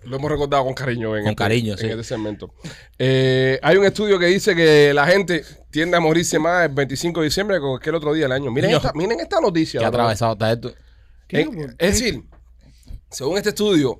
Speaker 1: Lo hemos recordado con cariño en,
Speaker 2: Con
Speaker 1: este,
Speaker 2: cariño,
Speaker 1: en
Speaker 2: sí.
Speaker 1: este segmento. Eh, hay un estudio que dice que la gente tiende a morirse más el 25 de diciembre que cualquier otro día del año. Miren,
Speaker 2: Niño.
Speaker 1: esta, miren esta noticia.
Speaker 2: Qué
Speaker 1: otra vez.
Speaker 2: atravesado está esto.
Speaker 3: ¿Qué?
Speaker 1: En- es decir, según este estudio,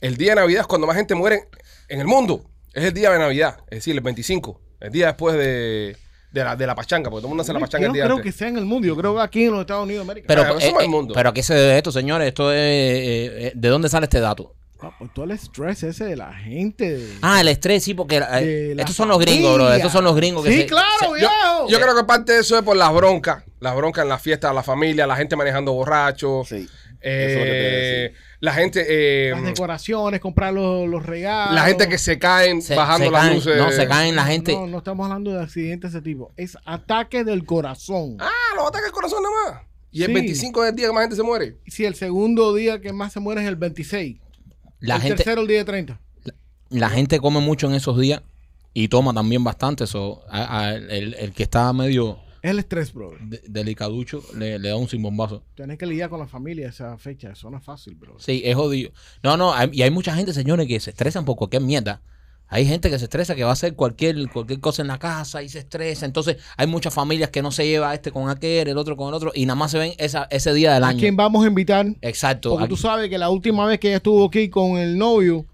Speaker 1: el día de Navidad es cuando más gente muere en el mundo. Es el día de Navidad, es decir, el 25, el día después de, de, la, de la pachanga, porque todo el mundo hace la pachanga
Speaker 3: Yo
Speaker 1: el
Speaker 3: no
Speaker 1: día
Speaker 3: creo
Speaker 1: antes.
Speaker 3: que sea en el mundo. Yo creo que aquí en los Estados Unidos de América.
Speaker 2: Pero,
Speaker 1: Claro,
Speaker 2: eh,
Speaker 1: somos el
Speaker 2: eh,
Speaker 1: mundo.
Speaker 2: pero ¿a qué se debe esto, señores? Esto es, eh, eh, ¿De dónde sale este dato?
Speaker 3: Ah, pues todo el estrés ese de la gente. de-
Speaker 2: Ah, el estrés, sí, porque eh,
Speaker 3: de la
Speaker 2: estos son los gringos, bro.
Speaker 3: familia.
Speaker 2: Estos son los gringos que
Speaker 3: Sí,
Speaker 2: se- se-
Speaker 3: claro,
Speaker 1: Yo,
Speaker 3: viejo.
Speaker 1: yo creo que parte de eso es por las broncas. Las broncas en las fiestas, la familia, la gente manejando borracho.
Speaker 4: Sí.
Speaker 1: eh,
Speaker 4: eso es lo que te iba a decir.
Speaker 1: la gente eh,
Speaker 3: Las decoraciones, comprar los, los regalos.
Speaker 1: la gente que se caen
Speaker 2: se-
Speaker 1: bajando
Speaker 2: se
Speaker 1: las
Speaker 2: caen,
Speaker 1: luces.
Speaker 2: No, se caen la gente.
Speaker 3: No, no estamos hablando de accidentes de ese tipo. Es ataque del corazón.
Speaker 1: Ah, los ataques al corazón nada más. Y el
Speaker 3: Sí.
Speaker 1: 25 es el día que más gente se muere.
Speaker 3: Si el segundo día que más se muere es el 26.
Speaker 2: la,
Speaker 3: el
Speaker 2: gente
Speaker 3: tercero el día 30.
Speaker 2: la gente come mucho en esos días y toma también bastante. Eso, a- a- el, el que está medio
Speaker 3: Es el estrés, bro.
Speaker 2: de- delicaducho le, le da un simbombazo.
Speaker 3: Tienes que lidiar con la familia esa fecha. Eso no es fácil, bro.
Speaker 2: Sí, es jodido. No, no, hay- y hay mucha gente, señores, que se estresan por cualquier mierda. Hay gente que se estresa que va a hacer cualquier, cualquier cosa en la casa y se estresa. Entonces, hay muchas familias que no se lleva este con aquel, el otro con el otro, y nada más se ven esa, ese día del
Speaker 3: ¿A
Speaker 2: año.
Speaker 3: quién vamos a invitar?
Speaker 2: Exacto.
Speaker 3: Porque
Speaker 2: aquí.
Speaker 3: tú sabes que la última vez que ella estuvo aquí con el novio,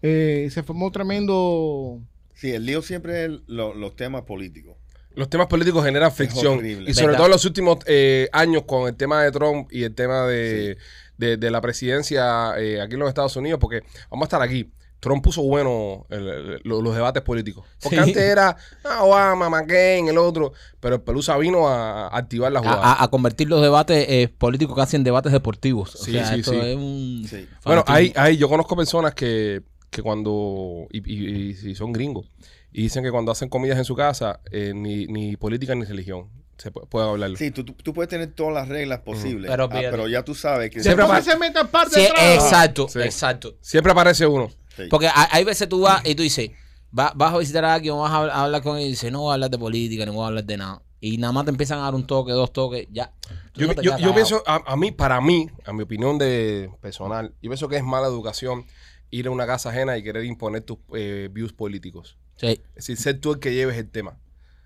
Speaker 3: eh, se formó tremendo.
Speaker 4: Sí, el lío siempre es lo- los temas políticos.
Speaker 1: Los temas políticos generan fricción.
Speaker 4: horrible.
Speaker 1: Y sobre
Speaker 2: ¿Verdad?
Speaker 1: todo en los últimos eh, años con el tema de Trump y el tema de, de- de la presidencia eh, aquí en los Estados Unidos, porque vamos a estar aquí. Trump puso bueno el- el- lo- los debates políticos. Porque
Speaker 2: Sí.
Speaker 1: antes era ah, Obama, McCain, el otro. Pero el Pelusa vino a, a activar la jugada.
Speaker 2: a, a- a convertir los debates eh, políticos casi en debates deportivos. O
Speaker 1: Sí,
Speaker 2: sea,
Speaker 1: sí,
Speaker 2: esto
Speaker 1: sí.
Speaker 2: es un
Speaker 4: Sí.
Speaker 1: bueno,
Speaker 2: fanatismo.
Speaker 1: hay, hay, yo conozco personas que, que cuando, y, y- y si son gringos, y dicen que cuando hacen comidas en su casa, eh, ni, ni política ni religión se pu- puede hablarlo.
Speaker 4: Sí, tú, tú- tú puedes tener todas las reglas posibles.
Speaker 2: Pero
Speaker 4: ah,
Speaker 2: fíjate.
Speaker 4: pero ya tú sabes que.
Speaker 1: Siempre
Speaker 3: Después
Speaker 1: pa-
Speaker 3: que se metan parte
Speaker 2: Sí,
Speaker 3: atrás.
Speaker 2: exacto,
Speaker 1: Sí.
Speaker 2: exacto.
Speaker 1: Siempre aparece uno.
Speaker 4: Sí.
Speaker 2: Porque hay, hay veces tú vas y tú dices, va- vas a visitar a alguien, vas a, hab- a hablar con él y dices, no voy a hablar de política, no voy a hablar de nada. Y nada más te empiezan a dar un toque, dos toques, ya. Tú
Speaker 1: Yo,
Speaker 2: no
Speaker 1: yo-
Speaker 2: te quedas
Speaker 1: yo
Speaker 2: callado.
Speaker 1: pienso, a, a mí, para mí, a mi opinión de personal, yo pienso que es mala educación ir a una casa ajena y querer imponer tus eh, views políticos.
Speaker 2: Sí.
Speaker 1: Es decir, ser tú el que lleves el tema.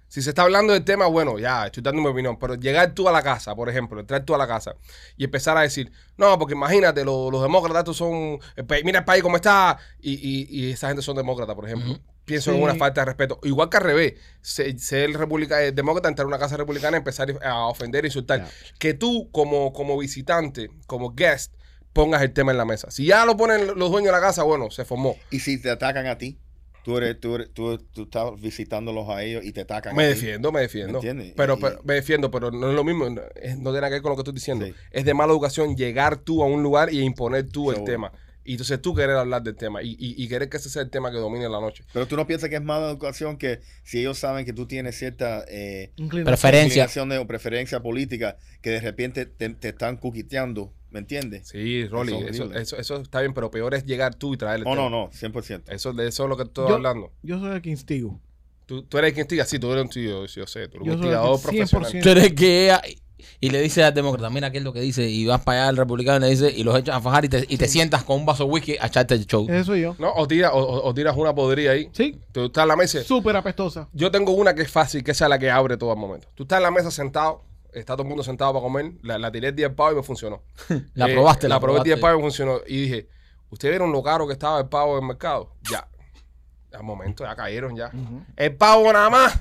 Speaker 1: Si se está hablando del tema, bueno, ya, estoy dando mi opinión, pero llegar tú a la casa, por ejemplo, entrar tú a la casa y empezar a decir, no, porque imagínate, lo- los demócratas tú son, el país- mira el país cómo está, y, y- y esa gente son demócratas, por ejemplo. Pienso en
Speaker 3: Sí.
Speaker 1: una falta de respeto. Igual que al revés, se- ser republica- eh, demócrata, entrar a una casa republicana, y empezar a ofender, insultar. Que tú, como, como visitante, como guest, pongas el tema en la mesa. Si ya lo ponen los dueños de la casa, bueno, se formó.
Speaker 4: Y si te atacan a ti, tú eres, tú eres, tú, tú estás visitándolos a ellos y te atacan.
Speaker 1: Me
Speaker 4: a ti.
Speaker 1: defiendo, me defiendo.
Speaker 4: ¿Me entiendes?
Speaker 1: Pero,
Speaker 4: Y-
Speaker 1: pero- me defiendo, pero no es lo mismo. No, es- no tiene nada que ver con lo que estoy diciendo.
Speaker 4: Sí.
Speaker 1: Es de mala educación llegar tú a un lugar y imponer tú el
Speaker 4: Seguro.
Speaker 1: tema. Y entonces tú querer hablar del tema y, y- y querer que ese sea el tema que domine la noche.
Speaker 4: Pero tú no piensas que es mala educación que si ellos saben que tú tienes cierta eh,
Speaker 3: Inclina.
Speaker 2: Preferencia.
Speaker 4: inclinación de- o preferencia política, que de repente te, te están cuquiteando, ¿me entiendes?
Speaker 1: Sí, Rolly,
Speaker 4: es
Speaker 1: eso,
Speaker 4: horrible.
Speaker 1: eso, eso está bien, pero peor es llegar tú y traer el
Speaker 4: Oh,
Speaker 1: tema.
Speaker 4: no, no, 100%.
Speaker 1: Eso, de eso es lo que estoy
Speaker 3: Yo-
Speaker 1: hablando.
Speaker 3: Yo soy el que instigo.
Speaker 1: Tú, tú eres quien instiga, sí, tú eres un tío, yo sé, tú eres
Speaker 3: Yo
Speaker 1: un
Speaker 3: soy
Speaker 1: instigador
Speaker 3: el 100%.
Speaker 1: profesional.
Speaker 2: Tú eres que y le dices al demócrata, mira qué es lo que dice, y vas para allá al republicano y le dices, y los echas a fajar y te, y te sientas con un vaso de whisky a echarte el
Speaker 1: Eh,
Speaker 2: show.
Speaker 3: Eso soy yo.
Speaker 1: No, o, tira- o- o- o tiras una podrida ahí.
Speaker 3: Sí,
Speaker 1: Tú estás en la mesa y-
Speaker 3: súper apestosa.
Speaker 1: Yo tengo una que es fácil, que esa es la que abre todo al momento. Tú estás en la mesa sentado, está todo el mundo sentado para comer, la, la tiré 10 pavos y me funcionó.
Speaker 2: La
Speaker 1: Eh,
Speaker 2: probaste,
Speaker 1: la,
Speaker 2: la,
Speaker 1: probé
Speaker 2: probaste.
Speaker 1: 10 pavos y me funcionó. Y dije, ¿ustedes vieron lo caro que estaba el pavo en el mercado? Ya. Al momento, ya cayeron ya. El pavo nada más.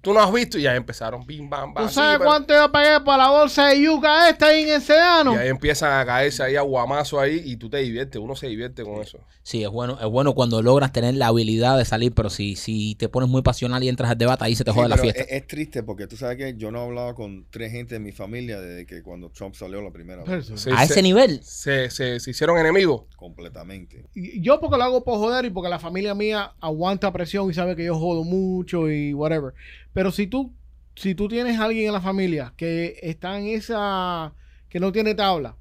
Speaker 1: Tú no has visto y ya empezaron. Bim, bam, bam.
Speaker 3: ¿Tú
Speaker 1: sí,
Speaker 3: sabes
Speaker 1: bam.
Speaker 3: cuánto yo pagué por la bolsa de yuca esta ahí en el sedano?
Speaker 1: Y ahí empiezan a caerse ahí aguamazo ahí y tú te diviertes, uno se divierte con eso.
Speaker 2: Sí, es bueno, es bueno cuando logras tener la habilidad de salir, pero si, si te pones muy pasional y entras al debate, ahí se te
Speaker 4: Sí,
Speaker 2: jode la
Speaker 4: pero
Speaker 2: fiesta.
Speaker 4: Es, es triste porque tú sabes que yo no he hablado con tres gente de mi familia desde que cuando Trump salió la primera vez.
Speaker 3: Pero-
Speaker 1: Se-
Speaker 2: a ese
Speaker 1: se-
Speaker 2: nivel.
Speaker 1: se, se- se hicieron enemigos.
Speaker 2: Pues.
Speaker 4: Completamente.
Speaker 3: Y- Yo porque lo hago por joder y porque la familia mía aguanta presión y sabe que yo jodo mucho y whatever. Pero si tú, si tú tienes a alguien en la familia que está en esa, que no tiene tabla,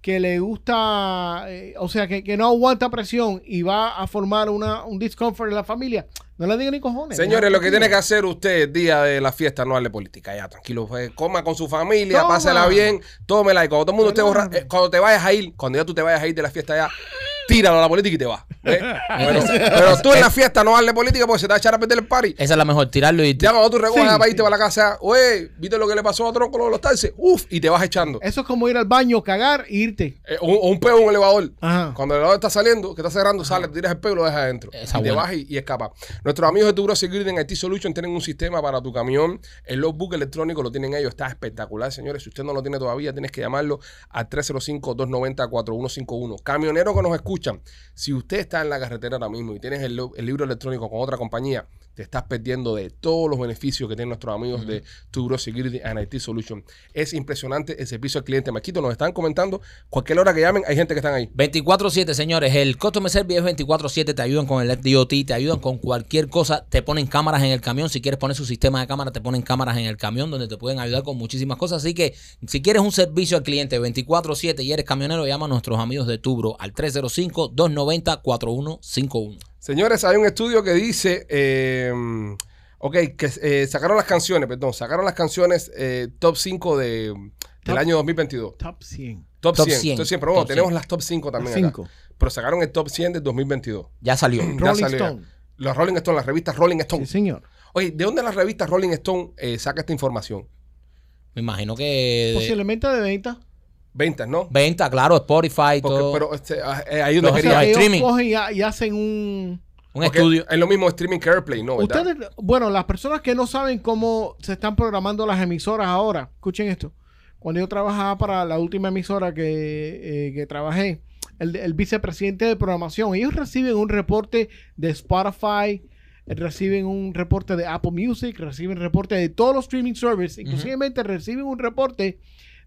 Speaker 3: que le gusta, eh, o sea, que, que no aguanta presión y va a formar una, un discomfort en la familia, no le digan ni cojones.
Speaker 1: Señores,
Speaker 3: Déjalo
Speaker 1: lo que tiene que hacer usted el día de la fiesta no hable política, ya tranquilo. eh, Coma con su familia,
Speaker 3: Toma.
Speaker 1: pásela bien, tómela. Y cuando todo el mundo esté
Speaker 3: Claro.
Speaker 1: borra- eh, cuando te vayas a ir, cuando ya tú te vayas a ir de la fiesta ya, tíralo a la política y te vas.
Speaker 3: (laughs)
Speaker 1: ¿eh? Pero, pero tú en la fiesta no hable política porque se te va a echar a perder el party.
Speaker 2: Esa es la mejor, tirarlo y
Speaker 1: Ya cuando tú recoges
Speaker 3: Sí,
Speaker 1: la país
Speaker 3: sí.
Speaker 1: te vas a la casa, oye, ¿viste lo que le pasó a Tronco lo de los taxis? Uf, y te vas echando.
Speaker 3: Eso es como ir al baño, cagar e irte.
Speaker 1: Eh, o un, o un peo en un elevador.
Speaker 3: Ajá.
Speaker 1: Cuando el elevador está saliendo, que está cerrando, sale, te tiras el pelo y lo dejas adentro.
Speaker 2: Esa
Speaker 1: y te
Speaker 2: buena.
Speaker 1: vas y, y escapas. Nuestros amigos de Turo Security en IT Solution tienen un sistema para tu camión. El logbook electrónico lo tienen ellos. Está espectacular, señores. Si usted no lo tiene todavía, tienes que llamarlo al 305-290-4151. Camioneros que nos escuchan, si usted está en la carretera ahora mismo y tienes el, lo- el libro electrónico con otra compañía, te estás perdiendo de todos los beneficios que tienen nuestros amigos de Turo Security and IT Solution. Es impresionante el servicio al cliente. Maquito, nos están comentando. Cualquier hora que llamen, hay gente que están ahí.
Speaker 2: 24-7, señores. El Customer Service es 24-7. Te ayudan con el DOT, te ayudan con cualquier cosa. Te ponen cámaras en el camión. Si quieres poner su sistema de cámara, te ponen cámaras en el camión donde te pueden ayudar con muchísimas cosas. Así que si quieres un servicio al cliente 24-7 y eres camionero, llama a nuestros amigos de Tubro al 305-290-4151.
Speaker 1: Señores, hay un estudio que dice, eh, ok, que eh, sacaron las canciones, perdón, sacaron las canciones eh, top 5 de, del
Speaker 3: Top-
Speaker 1: año 2022.
Speaker 3: Top 100.
Speaker 1: Top,
Speaker 2: Top
Speaker 1: 100.
Speaker 2: 100,
Speaker 1: Top 100, pero bueno,
Speaker 2: top
Speaker 1: tenemos
Speaker 2: 100.
Speaker 1: las top 5 también. acá.
Speaker 3: 5.
Speaker 1: pero sacaron el top 100 del 2022.
Speaker 2: Ya salió.
Speaker 1: Ya
Speaker 3: Rolling
Speaker 1: salió ya.
Speaker 3: Stone.
Speaker 1: Los Rolling Stone, las revistas Rolling Stone.
Speaker 3: Sí, señor.
Speaker 1: Oye, ¿de dónde la revista Rolling Stone eh, saca esta información?
Speaker 2: Me imagino
Speaker 1: Eh,
Speaker 2: que. de-
Speaker 3: Posiblemente de venta.
Speaker 1: Ventas, ¿no?
Speaker 2: Venta, claro,
Speaker 1: Porque,
Speaker 2: Spotify, todo.
Speaker 1: pero este, ah, eh, ahí donde
Speaker 2: Los
Speaker 3: O
Speaker 1: quería.
Speaker 3: sea,
Speaker 2: Hay
Speaker 3: ellos
Speaker 2: streaming.
Speaker 3: cogen y, ha- y hacen un...
Speaker 2: un
Speaker 1: Porque
Speaker 2: estudio.
Speaker 1: Es lo mismo streaming que Airplay, ¿no? ¿Verdad?
Speaker 3: Ustedes, bueno, las personas que no saben cómo se están programando las emisoras ahora, escuchen esto. Cuando yo trabajaba para la última emisora que, eh, que trabajé, el, el vicepresidente de programación, ellos reciben un reporte de Spotify, eh, reciben un reporte de Apple Music, reciben reporte de todos los streaming services, inclusive reciben un reporte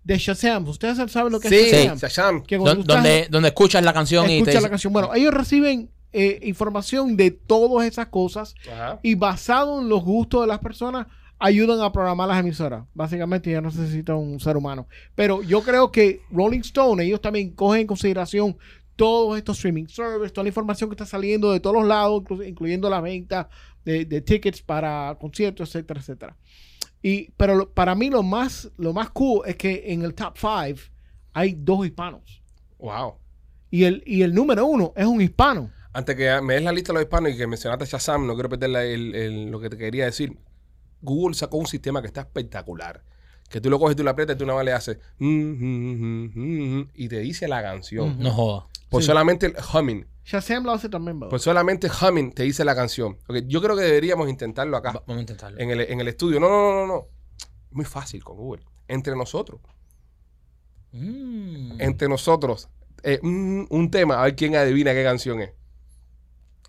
Speaker 3: de Shazam. Ustedes saben lo que
Speaker 1: Sí,
Speaker 3: es Shazam.
Speaker 1: Shazam.
Speaker 3: Que cuando
Speaker 2: Don-
Speaker 3: tú estás-
Speaker 2: donde, donde escuchas la canción y te
Speaker 3: escucha la
Speaker 2: dice-
Speaker 3: canción. Bueno, ellos reciben eh, información de todas esas cosas
Speaker 1: Ajá.
Speaker 3: y basado en los gustos de las personas ayudan a programar las emisoras. Básicamente ya no se necesita un ser humano. Pero yo creo que Rolling Stone, ellos también cogen en consideración todos estos streaming services, toda la información que está saliendo de todos los lados, inclu- incluyendo la venta de, de tickets para conciertos, etcétera, etcétera. Y, pero lo- para mí lo más, lo más cool es que en el top 5 hay dos hispanos.
Speaker 1: Wow.
Speaker 3: Y el, y el número uno es un hispano.
Speaker 1: Antes que me des la lista de los hispanos y que mencionaste Shazam, no quiero perder la- el- el- lo que te quería decir. Google sacó un sistema que está espectacular. Que tú lo coges, tú lo aprietas, tú nada más le haces mm, mm, mm, mm, mm, y te dice la canción.
Speaker 2: No joda.
Speaker 1: Por
Speaker 3: Sí.
Speaker 1: solamente el humming.
Speaker 3: Shazam lo hace también, ¿verdad?
Speaker 1: Por
Speaker 2: Pues-
Speaker 1: solamente humming te dice la canción. Ok, Yo creo que deberíamos intentarlo acá.
Speaker 2: Va- vamos a intentarlo.
Speaker 1: en el, en el estudio. No, no, no, no, no. Muy fácil con Google. Entre nosotros.
Speaker 2: Mm.
Speaker 1: Entre nosotros. eh, un, un tema. A ver quién adivina qué canción es.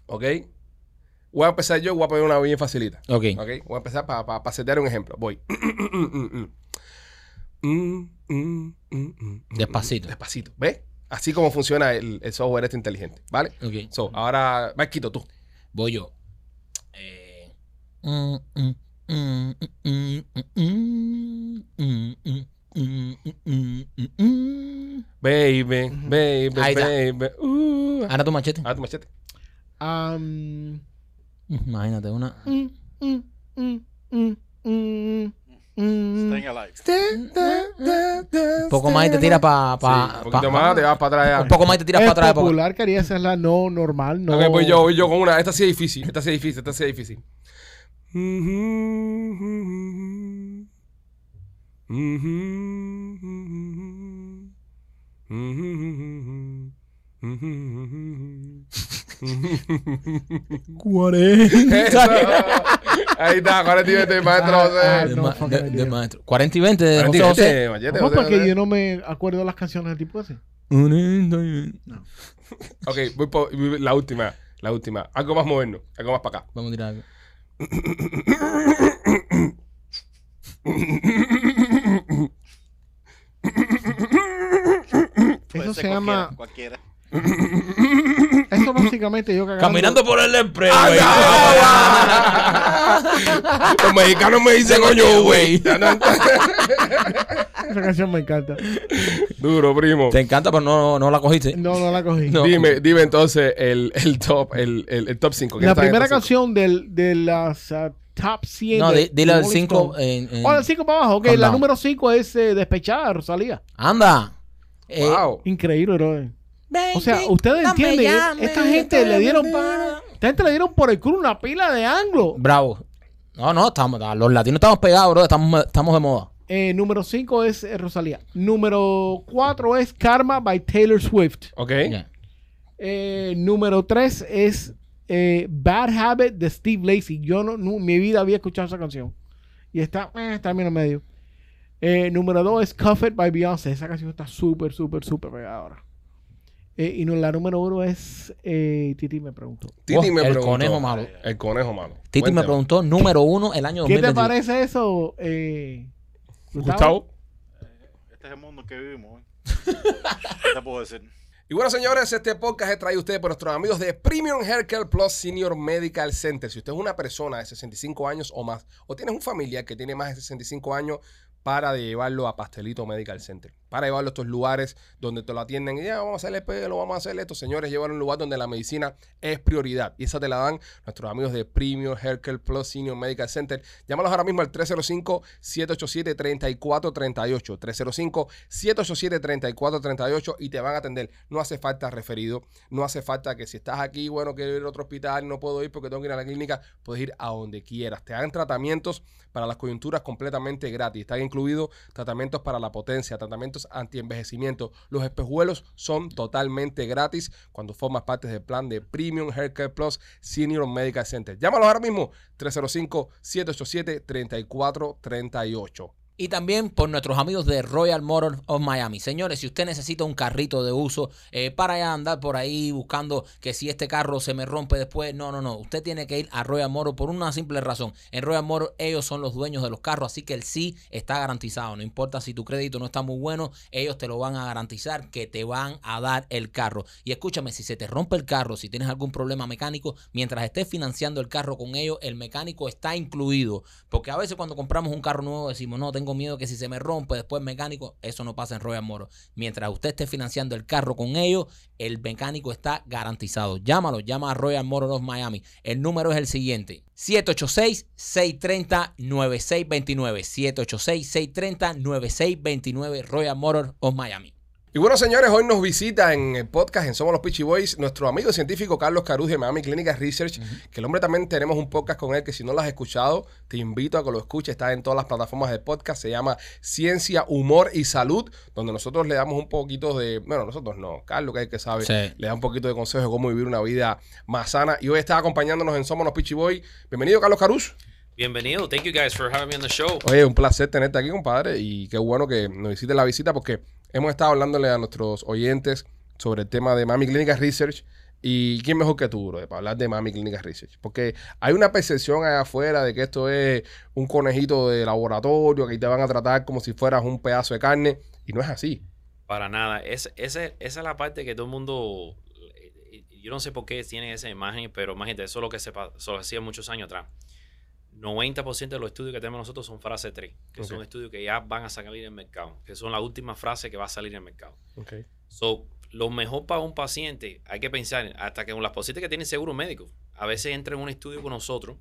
Speaker 1: ¿Ok? Voy a empezar yo. Voy a poner una bien facilita.
Speaker 2: Ok.
Speaker 1: ¿Ok? Voy a empezar para pa, pa setear un ejemplo. Voy. (clears throat) Mm, mm, mm, mm,
Speaker 2: Despacito.
Speaker 1: Despacito. ¿Ves? Así como funciona el, el software este inteligente. ¿Vale?
Speaker 2: Ok.
Speaker 1: So, ahora, Marquito, tú.
Speaker 2: Voy yo. Eh, mm, mm, mm, mm, mm, mm, mm, mm, mm, mm, mm.
Speaker 1: Baby, baby,
Speaker 2: Ahí está.
Speaker 1: baby. Uh.
Speaker 2: Ahora tu machete.
Speaker 1: Ah, tu machete.
Speaker 3: Am,
Speaker 2: Imagínate una.
Speaker 3: mm, mm, mm, mm, mm, mm.
Speaker 6: Staying alive.
Speaker 2: Poco más y te tira para.
Speaker 1: Sí, un poquito más, te vas para atrás.
Speaker 2: Un poco más y te tiras
Speaker 3: es
Speaker 2: para atrás. poco-
Speaker 3: popular, quería hacerla no normal, no.
Speaker 1: Ok, voy yo, voy yo con una. Esta sí es difícil, esta sí es difícil, esta sí es difícil. Eso. Ahí está, 47, maestro
Speaker 3: Ah,
Speaker 1: José.
Speaker 2: Del
Speaker 3: No,
Speaker 2: ma-
Speaker 3: fuck
Speaker 2: de-
Speaker 3: that
Speaker 2: del
Speaker 3: idea.
Speaker 2: maestro. 40 y 20 de José
Speaker 1: 47,
Speaker 2: José.
Speaker 1: machete,
Speaker 3: No,
Speaker 1: José
Speaker 3: porque
Speaker 1: José.
Speaker 3: yo no me acuerdo las canciones de tipo ese.
Speaker 1: Ok, voy por la última, la última. Algo más moderno, algo más para acá.
Speaker 2: Vamos a tirar algo.
Speaker 6: Puede
Speaker 3: Eso
Speaker 6: ser
Speaker 3: se llama.
Speaker 6: Cualquiera. cualquiera.
Speaker 3: Eso básicamente yo cagando.
Speaker 5: Caminando por el empleo.
Speaker 1: Los mexicanos me dicen coño, güey.
Speaker 3: Esa canción me encanta.
Speaker 1: Duro, primo.
Speaker 2: Te encanta, pero no, no la cogiste.
Speaker 3: No, no la cogí.
Speaker 2: No.
Speaker 1: Dime, dime entonces el, el top, el, el, el top 5.
Speaker 3: La primera canción del, de las ah, top 100.
Speaker 2: No, di-
Speaker 3: de
Speaker 2: dile al
Speaker 3: Rolling
Speaker 2: 5.
Speaker 3: Stone. Oh, el 5 para abajo. Ok,
Speaker 2: Calm
Speaker 3: la
Speaker 2: down.
Speaker 3: número 5 es eh, Despechada, Rosalía.
Speaker 2: Anda. Eh,
Speaker 1: Wow.
Speaker 3: Increíble, bro. O sea, ustedes entienden, eh, esta gente le dieron pa- esta gente le dieron por el culo una pila de anglo.
Speaker 2: Bravo. No, no, estamos, los latinos estamos pegados, bro. Estamos, estamos de moda.
Speaker 3: Eh, número 5 es eh, Rosalía. Número 4 es Karma by Taylor Swift.
Speaker 1: Ok.
Speaker 2: Ya.
Speaker 3: Eh, número 3 es eh, Bad Habit de Steve Lacey. Yo no, no- en mi vida había escuchado esa canción. Y está, eh, está bien en medio. Eh, número 2 es Cuff It by Beyoncé. Esa canción está súper, súper, súper pegada ahora. Eh, y no, la número 1 es eh, Titi me preguntó.
Speaker 1: Titi
Speaker 2: Oh,
Speaker 1: me
Speaker 2: el
Speaker 1: preguntó.
Speaker 2: conejo malo.
Speaker 1: El conejo malo.
Speaker 2: Titi
Speaker 1: Buen
Speaker 2: me
Speaker 1: tema.
Speaker 2: preguntó número uno el año
Speaker 3: ¿Qué te
Speaker 2: 2021.
Speaker 3: parece eso, eh,
Speaker 1: Gustavo.
Speaker 6: Este es el mundo en que vivimos. ¿eh?
Speaker 3: (laughs)
Speaker 6: ¿Qué te puedo decir?
Speaker 1: Y bueno, señores, este podcast es traído a ustedes por nuestros amigos de Premium Healthcare Plus Senior Medical Center. Si usted es una persona de 65 años o más, o tienes un familiar que tiene más de 65 años, para de llevarlo a Pastelito Medical Center. Para llevarlo a estos lugares donde te lo atienden. Y ya, vamos a hacerle pelo, vamos a hacerle esto. Señores, llevar a un lugar donde la medicina es prioridad. Y esa te la dan nuestros amigos de Premium Healthcare Plus Senior Medical Center. Llámalos ahora mismo al 305-787-3438. 305-787-3438 y te van a atender. No hace falta referido. No hace falta que si estás aquí, bueno, quiero ir a otro hospital, no puedo ir porque tengo que ir a la clínica. Puedes ir a donde quieras. Te hagan tratamientos para las coyunturas completamente gratis. Están incluidos tratamientos para la potencia, tratamientos anti-envejecimiento. Los espejuelos son totalmente gratis cuando formas parte del plan de Premium Healthcare Plus Senior Medical Center. Llámalos ahora mismo 305-787-3438.
Speaker 2: Y también por nuestros amigos de Royal Motor of Miami. Señores, si usted necesita un carrito de uso eh, para ya andar por ahí buscando que si este carro se me rompe después, no, no, no. Usted tiene que ir a Royal Motor por una simple razón. En Royal Motor ellos son los dueños de los carros, así que el sí está garantizado. No importa si tu crédito no está muy bueno, ellos te lo van a garantizar que te van a dar el carro. Y escúchame, si se te rompe el carro, si tienes algún problema mecánico, mientras estés financiando el carro con ellos, el mecánico está incluido. Porque a veces cuando compramos un carro nuevo decimos, no, tengo miedo que si se me rompe después el mecánico, eso no pasa en Royal Moro. Mientras usted esté financiando el carro con ellos, el mecánico está garantizado. Llámalo, llama a Royal Moro of Miami. El número es el siguiente. 786-630-9629. 786-630-9629 Royal Motor of Miami.
Speaker 1: Y bueno, señores, hoy nos visita en el podcast en Somos los Pitchy Boys nuestro amigo científico Carlos Caruz de Miami Clinical Research, que el hombre también tenemos un podcast con él que si no lo has escuchado, te invito a que lo escuches, está en todas las plataformas de podcast, se llama Ciencia, Humor y Salud, donde nosotros le damos un poquito de, bueno, nosotros no, Carlos que es el que sabe,
Speaker 2: Sí.
Speaker 1: le da un poquito de consejo de cómo vivir una vida más sana y hoy está acompañándonos en Somos los Pitchy Boys. Bienvenido Carlos Caruz.
Speaker 7: Bienvenido. Thank you guys for having me on the show.
Speaker 1: Oye, un placer tenerte aquí, compadre, y qué bueno que nos visites la visita porque hemos estado hablándole a nuestros oyentes sobre el tema de Mami Clinical Research y quién mejor que tú, bro, para hablar de Mami Clinical Research, porque hay una percepción allá afuera de que esto es un conejito de laboratorio, que te van a tratar como si fueras un pedazo de carne y no es así.
Speaker 7: Para nada. Es, ese- esa es la parte que todo el mundo. eh, Yo no sé por qué tiene esa imagen, pero imagínate, eso es lo que se, pa- se lo hacía muchos años atrás. 90% de los estudios que tenemos nosotros son frase 3, que son
Speaker 1: Ok.
Speaker 7: estudios que ya van a salir del mercado, que son la última frase que va a salir del mercado. So, lo mejor para un paciente, hay que pensar, hasta que con las pacientes que tienen seguro médico, a veces entra en un estudio con nosotros,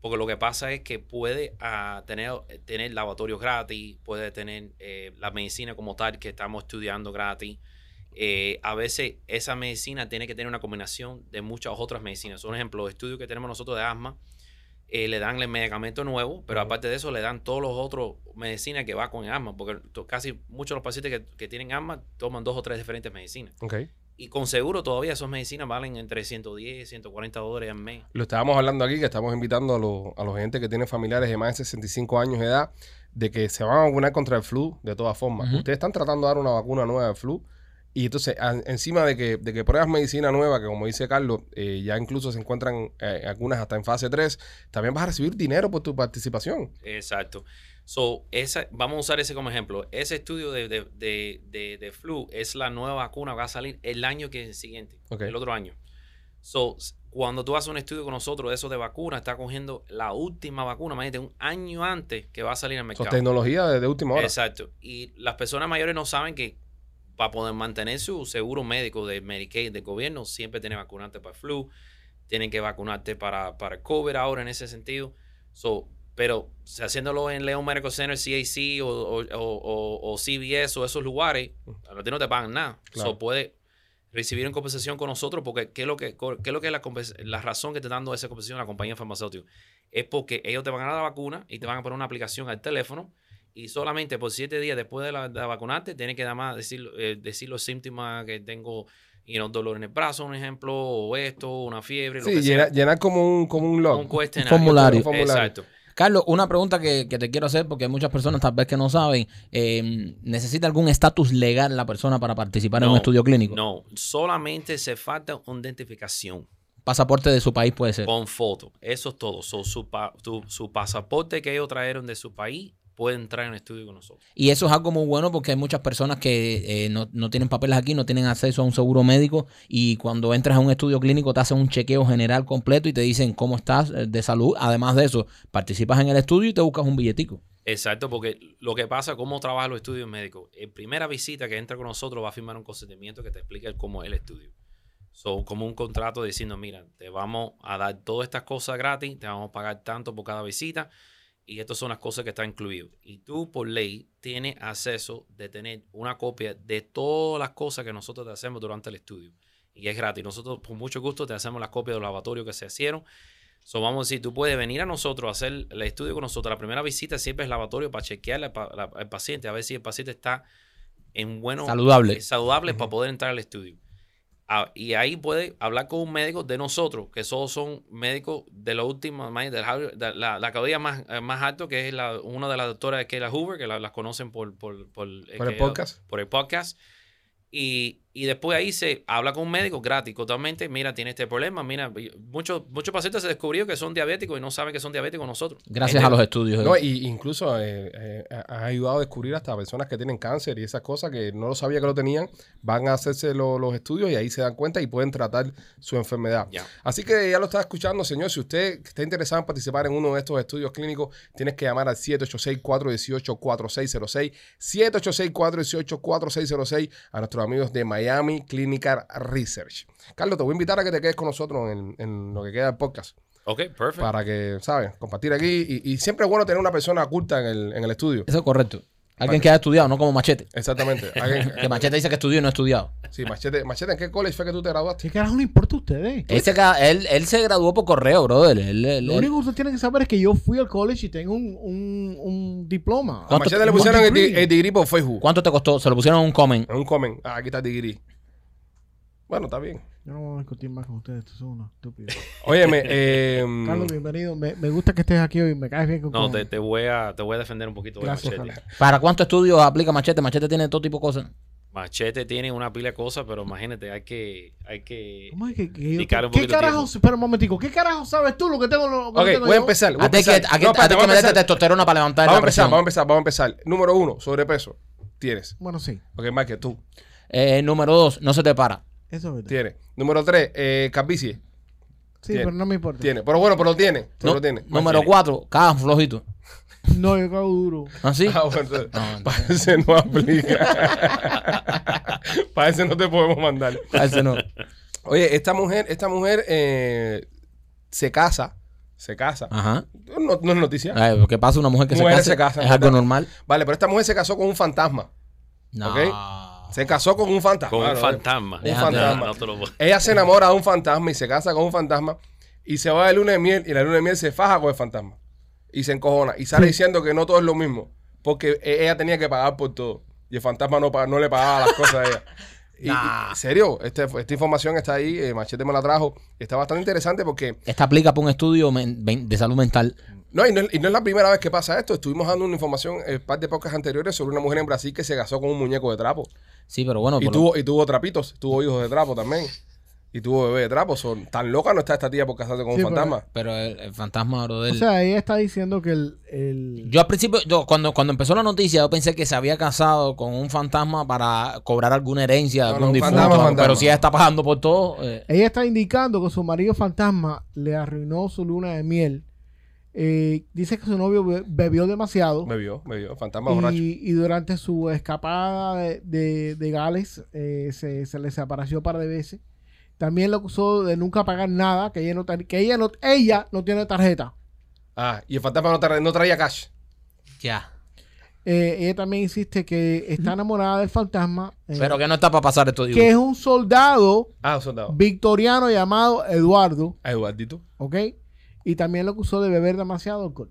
Speaker 7: porque lo que pasa es que puede ah, tener, tener laboratorios gratis, puede tener eh, la medicina como tal que estamos estudiando gratis. Eh, a veces esa medicina tiene que tener una combinación de muchas otras medicinas. Un ejemplo, los estudios que tenemos nosotros de asma, eh, le dan el medicamento nuevo, pero aparte de eso le dan todos los otros medicinas que va con el asma, porque to- casi muchos de los pacientes que, que tienen asma toman dos o tres diferentes medicinas.
Speaker 1: Ok.
Speaker 7: Y con seguro todavía esas medicinas valen entre 110, 140 dólares al mes.
Speaker 1: Lo estábamos hablando aquí, que estamos invitando a, los- a los gente que tienen familiares de más de 65 años de edad, de que se van a vacunar contra el flu de todas formas.
Speaker 2: Ujú.
Speaker 1: Ustedes están tratando de dar una vacuna nueva de flu. Y entonces, a- encima de que, de que pruebas medicina nueva, que como dice Carlos, eh, ya incluso se encuentran eh, algunas hasta en fase 3, también vas a recibir dinero por tu participación.
Speaker 7: Exacto. So, esa, vamos a usar ese como ejemplo. Ese estudio de, de- de- de- de flu es la nueva vacuna que va a salir el año que siguiente,
Speaker 1: Ok.
Speaker 7: el otro año. So, s- cuando tú haces un estudio con nosotros de eso de vacuna, está cogiendo la última vacuna, imagínate, un año antes que va a salir al
Speaker 1: Son
Speaker 7: mercado.
Speaker 1: tecnología de, de última hora.
Speaker 7: Exacto. Y las personas mayores no saben que para poder mantener su seguro médico de Medicaid, del gobierno, siempre tienen que vacunarte para el flu, tienen que vacunarte para, para el COVID ahora en ese sentido. So, pero si haciéndolo en Leon Medical Center, CAC o, o, o- o- o CVS o esos lugares, a ti no te pagan nada.
Speaker 1: Claro.
Speaker 7: So, puede recibir en compensación con nosotros porque ¿qué es lo que, co- qué es, lo que es la, compens- la razón que te está dando esa compensación a la compañía farmacéutica? Es porque ellos te van a dar la vacuna y te van a poner una aplicación al teléfono y solamente por siete días después de, la, de vacunarte, tienes que nada más decir, eh, decir los síntomas que tengo, y dolor en el brazo, un ejemplo, o esto, una fiebre, lo
Speaker 1: Sí,
Speaker 7: que sea.
Speaker 1: llenar, llenar como un, como un log.
Speaker 7: Un cuestionario.
Speaker 2: Formulario.
Speaker 7: Exacto.
Speaker 2: Carlos, una pregunta que, que te quiero hacer porque hay muchas personas tal vez que no saben. eh, ¿Necesita algún estatus legal la persona para participar en
Speaker 7: No,
Speaker 2: un estudio clínico?
Speaker 7: No, solamente se falta una identificación
Speaker 2: Pasaporte de su país puede ser.
Speaker 7: con foto. Eso es todo. So, su, pa- tu- su pasaporte que ellos trajeron de su país puede entrar en el estudio con nosotros.
Speaker 2: Y eso es algo muy bueno porque hay muchas personas que eh, no, no tienen papeles aquí, no tienen acceso a un seguro médico y cuando entras a un estudio clínico te hacen un chequeo general completo y te dicen cómo estás eh, de salud. Además de eso, participas en el estudio y te buscas un billetico.
Speaker 7: Exacto, porque lo que pasa, cómo trabajan los estudios médicos. En primera visita que entra con nosotros va a firmar un consentimiento que te explica el cómo es el estudio. So, como un contrato diciendo, mira, te vamos a dar todas estas cosas gratis, te vamos a pagar tanto por cada visita y estas son las cosas que están incluidas. Y tú, por ley, tienes acceso de tener una copia de todas las cosas que nosotros te hacemos durante el estudio. Y es gratis. Nosotros, con mucho gusto, te hacemos las copias de los lavatorios que se hicieron So, vamos a decir, tú puedes venir a nosotros a hacer el estudio con nosotros. La primera visita siempre es lavatorio para chequear al pa- la- al paciente, a ver si el paciente está en bueno,
Speaker 2: Saludable.
Speaker 7: eh, saludable para poder entrar al estudio. Ah, y ahí puede hablar con un médico de nosotros, que solo son médicos de la última, man, del Harvard- de la, la categoría más, eh, más alto, que es la, una de las doctoras de Kayla Hoover, que la- las conocen por, por, por, eh,
Speaker 1: Por el
Speaker 7: que-
Speaker 1: podcast.
Speaker 7: Por el podcast. Y, y después ahí se habla con un médico gratis, totalmente. Mira, tiene este problema. Mira, y muchos muchos pacientes se descubrió que son diabéticos y no saben que son diabéticos nosotros.
Speaker 2: Gracias
Speaker 7: Gente-
Speaker 2: a los estudios.
Speaker 1: No,
Speaker 2: eh.
Speaker 1: y incluso eh, eh, ha ha ayudado a descubrir hasta personas que tienen cáncer y esas cosas que no lo sabía que lo tenían, van a hacerse lo- los estudios y ahí se dan cuenta y pueden tratar su enfermedad.
Speaker 7: Ya.
Speaker 1: Así que ya lo está escuchando, señor. Si usted está interesado en participar en uno de estos estudios clínicos, tienes que llamar al 786-418-4606. 786-418-4606 a nuestros amigos de Miami Clinical Research. Carlos, te voy a invitar a que te quedes con nosotros en, en lo que queda del podcast
Speaker 7: Ok, perfecto.
Speaker 1: para que, ¿sabes? Compartir aquí. Y, y siempre es bueno tener una persona culta en el, en el estudio.
Speaker 2: Eso es correcto. Alguien que haya estudiado, no como Machete. (laughs)
Speaker 1: Exactamente. Alguien-
Speaker 2: Que Machete dice que estudió y no ha estudiado.
Speaker 1: sí, Machete, Machete, ¿en qué college fue que tú te
Speaker 3: ¿Qué
Speaker 1: graduaste?
Speaker 3: carajo le importa a ustedes?
Speaker 1: Eh,
Speaker 2: Él se, ca- él, él se graduó por correo, brother. Él- él-
Speaker 3: Lo
Speaker 2: él-
Speaker 3: único que ustedes tienen que saber es que yo fui al college y tengo un, un, un diploma.
Speaker 1: A
Speaker 2: ¿Cuánto-
Speaker 1: Machete le
Speaker 3: un
Speaker 1: pusieron el, di-
Speaker 3: degree?
Speaker 1: el degree por Facebook.
Speaker 2: ¿Cuánto te costó? Se lo pusieron en un comment.
Speaker 1: En un comment. Ah, aquí está el degree. Bueno, está bien.
Speaker 3: Yo no voy a discutir más con ustedes, estos son unos
Speaker 1: (laughs)
Speaker 3: estúpidos.
Speaker 1: Óyeme,
Speaker 2: (laughs)
Speaker 1: eh,
Speaker 3: Carlos, bienvenido. Me, me gusta que estés aquí hoy, me caes bien. Con
Speaker 7: No, te, te voy a, te voy a defender un poquito. de
Speaker 3: Gracias,
Speaker 7: machete.
Speaker 3: Carlos.
Speaker 2: ¿Para cuántos estudios aplica Machete? Machete tiene todo tipo de cosas.
Speaker 7: Machete tiene una pila de cosas, pero imagínate, hay que, hay que.
Speaker 3: ¿Cómo es que, que yo-
Speaker 7: Picar un
Speaker 3: ¿Qué
Speaker 7: poquito de
Speaker 3: carajo?
Speaker 7: tiempo.
Speaker 3: Espera un momentico. ¿qué carajo sabes tú lo que tengo? Lo, que no
Speaker 1: ok,
Speaker 3: tengo
Speaker 1: voy a
Speaker 3: yo?
Speaker 1: empezar. voy a
Speaker 2: Hay que,
Speaker 1: empezar.
Speaker 2: a que-
Speaker 1: No,
Speaker 2: a
Speaker 1: espérate,
Speaker 2: que
Speaker 1: vamos a
Speaker 2: meterte
Speaker 1: empezar.
Speaker 2: testosterona para levantar
Speaker 1: Vamos a
Speaker 2: la presión.
Speaker 1: empezar, vamos a empezar, vamos a empezar. Número uno, sobrepeso. Tienes.
Speaker 3: Bueno, sí,
Speaker 1: Ok, Michael, tú.
Speaker 2: Eh, número dos, no se te para.
Speaker 3: eso es verdad.
Speaker 1: Tienes. Número tres, eh, calvicie.
Speaker 3: sí,
Speaker 1: tiene.
Speaker 3: pero no me importa.
Speaker 1: Tienes. Pero bueno, pero lo tienes. Pero
Speaker 2: No,
Speaker 1: lo Ah, tienes.
Speaker 2: número cuatro, cagan flojito.
Speaker 3: No, yo cago duro.
Speaker 1: (laughs)
Speaker 2: ¿Así?
Speaker 1: Ah, bueno, entonces,
Speaker 2: No, no.
Speaker 1: parece no aplica. (laughs) parece no te podemos mandar.
Speaker 2: Ese no.
Speaker 1: Oye, esta mujer, esta mujer eh, se casa. Se casa.
Speaker 2: Ajá.
Speaker 1: No, no es noticia.
Speaker 7: Ah.
Speaker 2: Ay, ¿Qué pasa una mujer que se
Speaker 1: Mujeres
Speaker 2: casa?
Speaker 1: se casan,
Speaker 2: es algo
Speaker 1: ¿verdad?
Speaker 2: normal.
Speaker 1: Vale, pero esta mujer se casó con un fantasma.
Speaker 2: No.
Speaker 1: Se casó con un fantasma. eh.
Speaker 7: Con un
Speaker 1: ¿no?
Speaker 7: fantasma.
Speaker 1: Un
Speaker 7: No,
Speaker 1: fantasma.
Speaker 7: no te lo puedo-
Speaker 1: Ella se enamora de un fantasma y se casa con un fantasma y se va de luna de miel y la luna de miel se faja con el fantasma y se encojona y sale diciendo que no todo es lo mismo porque e- ella tenía que pagar por todo y el fantasma no, pa- no le pagaba las cosas a ella. Y, y-
Speaker 2: Nah.
Speaker 1: serio, Este- esta información está ahí, eh, Machete me la trajo, está bastante interesante porque
Speaker 2: Esta aplica para un estudio men- ven- de salud mental.
Speaker 1: No, y no, es- y no es la primera vez que pasa esto. Estuvimos dando una información en par de pocas anteriores sobre una mujer en Brasil que se casó con un muñeco de trapo.
Speaker 2: Sí, pero bueno.
Speaker 1: Y
Speaker 2: por lo-
Speaker 1: tuvo, y tuvo trapitos, tuvo hijos de trapo también. Y tuvo bebé de trapo. Son, tan loca no está esta tía por casarse con
Speaker 3: Sí,
Speaker 1: un fantasma.
Speaker 2: Pero el, el fantasma, brother.
Speaker 3: O sea, ella está diciendo que el... el...
Speaker 2: Yo al principio, yo, cuando, cuando empezó la noticia, yo pensé que se había casado con un fantasma para cobrar alguna herencia
Speaker 1: No,
Speaker 2: de
Speaker 1: no,
Speaker 2: algún
Speaker 1: un
Speaker 2: difunto.
Speaker 1: fantasma,
Speaker 2: pero
Speaker 1: fantasma.
Speaker 2: si ella está pagando por todo, eh,
Speaker 3: Ella está indicando que su marido fantasma le arruinó su luna de miel. Eh, dice que su novio be- bebió demasiado.
Speaker 1: Me vio, me vio. Fantasma borracho.
Speaker 3: Y, y durante su escapada de, de- de Gales eh, se, se le desapareció un par de veces. También lo acusó de nunca pagar nada, que ella no, ten- que ella no, ella no tiene tarjeta.
Speaker 1: Ah, y el fantasma no, tra- no traía cash.
Speaker 2: ya.
Speaker 3: Eh, ella también insiste que está enamorada del fantasma, eh,
Speaker 2: Pero que no está para pasar esto. digo.
Speaker 3: que es un soldado
Speaker 1: Ah, un soldado.
Speaker 3: Mm. victoriano llamado Eduardo,
Speaker 1: Ah, Eduardito.
Speaker 3: ¿ok? Y también lo acusó de beber demasiado alcohol.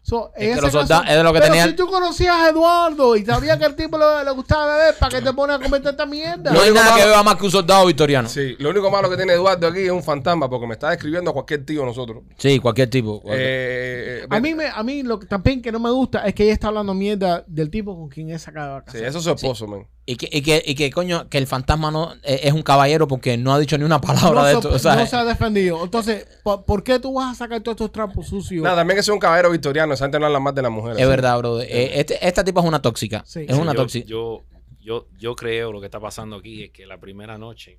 Speaker 3: So,
Speaker 2: Es
Speaker 3: ella
Speaker 2: que
Speaker 3: se
Speaker 2: los
Speaker 3: casó-
Speaker 2: soldados- es de lo que
Speaker 3: pero
Speaker 2: tenía-
Speaker 3: si tú conocías a Eduardo y sabías que al tipo le, le gustaba beber, ¿para qué te pones a comer tanta mierda?
Speaker 2: No hay nada que vea más que un soldado victoriano. Sí,
Speaker 1: Sí, lo único malo que tiene Eduardo aquí es un fantasma porque me está describiendo a cualquier tío nosotros.
Speaker 2: cualquier tipo. cualquier-
Speaker 1: Eh, eh,
Speaker 3: A mí, me, a mí lo que también que no me gusta es que ella está hablando mierda del tipo con quien ella sacaba
Speaker 1: Sí, eso es su esposo, man.
Speaker 2: Y, que, y, que, y que, coño, que el fantasma no eh, es un caballero porque no ha dicho ni una palabra
Speaker 3: no,
Speaker 2: de
Speaker 3: so-
Speaker 2: esto. o sea,
Speaker 3: no se ha defendido. Entonces, ¿por, por qué tú vas a sacar todos estos trampos sucios?
Speaker 1: Nada, también que sea un caballero victoriano. Esa gente no habla más de las mujeres.
Speaker 2: es
Speaker 1: ¿sí?
Speaker 2: verdad, bro. Eh, este- esta tipa es una tóxica.
Speaker 3: Sí.
Speaker 2: Es una
Speaker 7: yo,
Speaker 2: tóxica.
Speaker 7: Yo, yo, yo creo lo que está pasando aquí es que la primera noche